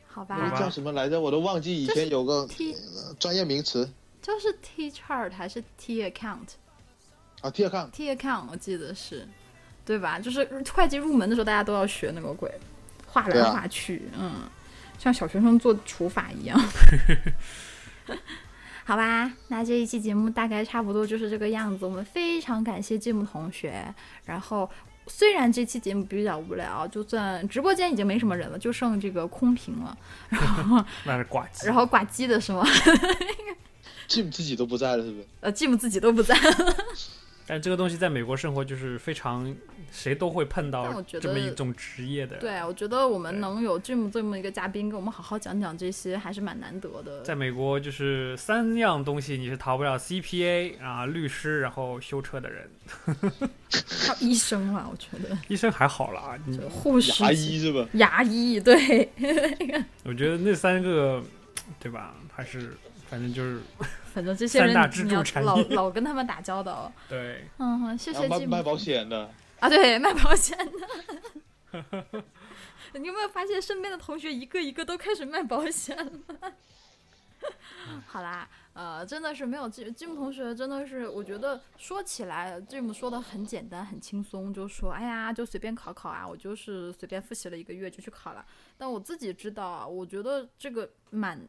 B: 好
D: 那个
B: 吧，
D: 叫什么来着？我都忘记以前有个
B: T
D: 呃专业名词
B: 就是 T chart 还是 T account？T
D: 啊，T account
B: account 我记得是，对吧？就是会计入门的时候，大家都要学那个鬼，画
D: 对
B: 来
D: 啊
B: 画去，嗯，像小学生做除法一 样。好吧，那这一期节目大概差不多就是这个样子。我们非常感谢芥木同学。然后，虽然这期节目比较无聊，就算直播间已经没什么人了，就剩这个空瓶了，
C: 那是挂机
B: 然。后挂机的是吗？
D: 自自己都不在了，是不是？
B: 呃，芥木自己都不在。
C: 但这个东西在美国生活就是非常，谁都会碰
B: 但
C: 到
B: 我觉
C: 这么
B: 得
C: 一种职业的。
B: 对，我觉得我们
C: 对
B: 能有 Jim 这么一个嘉宾跟我们好好讲讲这些，还是蛮难得的。
C: 在美国就是三样东西你是逃不了：CPA 啊，律师，然后修车的人。
B: 还 有医生啊，我觉得
C: 医生还好啦，你
B: 就护士、
D: 牙医是吧？
B: 牙医，对，
C: 我觉得那三个，对吧？还是反正就是
B: 反正这些
C: 三
B: 人
C: 大
B: 你
C: 支
B: 你
C: 柱
B: 要
C: 产
B: 老
C: 业
B: 老跟他们打交道。
C: 对。
B: 嗯，哼，谢
D: 然
B: 谢
D: 后卖
B: Jim
D: 卖保险的，
B: 啊，对， 卖保险的。 你有没有发现身边的同学一个一个都开始卖保险了？ 好啦，呃，真的是没有吉吉姆同学，真的是我觉得说起来，吉姆说的很简单，很轻松，就说哎呀，就随便考考啊，我就是随便复习了一个月就去考了。但我自己知道啊，我觉得这个蛮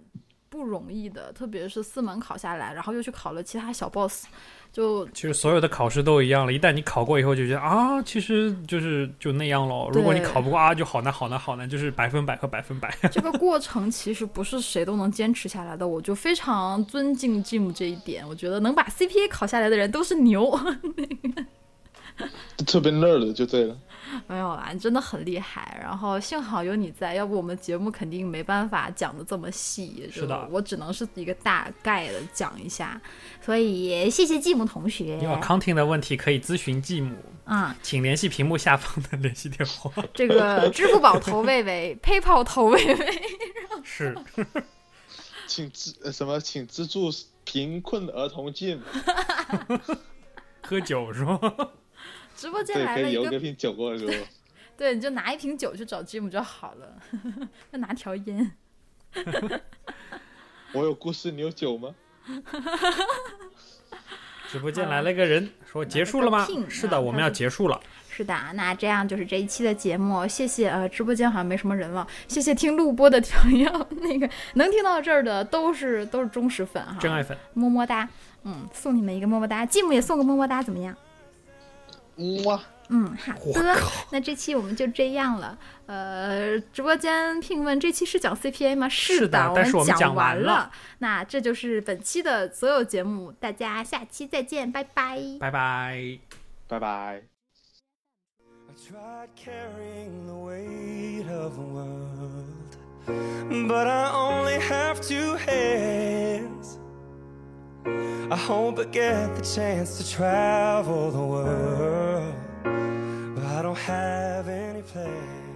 B: 不容易的，特别是四门考下来，然后又去考了其他小 boss，就
C: 其实所有的考试都一样了，一旦你考过以后就觉得啊，其实就是就那样咯。如果你
B: 对
C: 考不过啊，就好难好难好难，就是百分百和百分百。
B: 这个过程其实不是谁都能坚持下来的，我就非常尊敬 Jim 这一点。我觉得能把 CPA 考下来的人都是牛，
D: 特别 nerd 的就对了。
B: 没有啦，你真的很厉害。然后幸好有你在，要不我们节目肯定没办法讲的这么细。
C: 是
B: 就
C: 的
B: 我只能是一个大概的讲一下。所以谢谢 Jim 同学
C: 你有 accounting 的问题可以咨询继母，
B: 啊、
C: 请联系屏幕下方的联系电 话。
B: 这个支付宝投喂喂，PayPal 投喂喂，
C: 是，
D: 请资呃什么？请资助贫困儿童进，
C: 喝酒是吗？
B: 直播间
D: 对，
B: 来
D: 可
B: 了
D: 以
B: 一
D: 邮
B: 个
D: 给瓶酒过来给我。
B: 对，你就拿一瓶酒去找 Jim 就好了， 要拿条烟。
D: 我有故事，你有酒吗？
C: 直播间来了一个人，说结束了吗
B: 啊那个？聘
C: 是
B: 啊
C: 的，我们要结束了。
B: 是的，那这样就是这一期的节目，谢谢呃，直播间好像没什么人了，谢谢听录播的朋友， 那个能听到这儿的都是都是忠实粉哈，
C: 真爱粉，
B: 么么哒，嗯，送你们一个么么哒，继母也送个么么哒，怎么样？
D: 嗯哇，
B: 嗯，好
C: 我
B: 的，那这期我们就这样了。呃，直播间聘问这期是讲 CPA 吗？
C: 是的
B: 我
C: 但是我们
B: 讲
C: 讲
B: 完
C: 完了
B: 那这就是本期的所有节目，大家下期再见，拜拜。
C: 拜拜。
D: 拜拜。
A: I tried carrying the weight of the world, but I only have two hands. I hope I get the chance to travel the world, but I don't have any plans.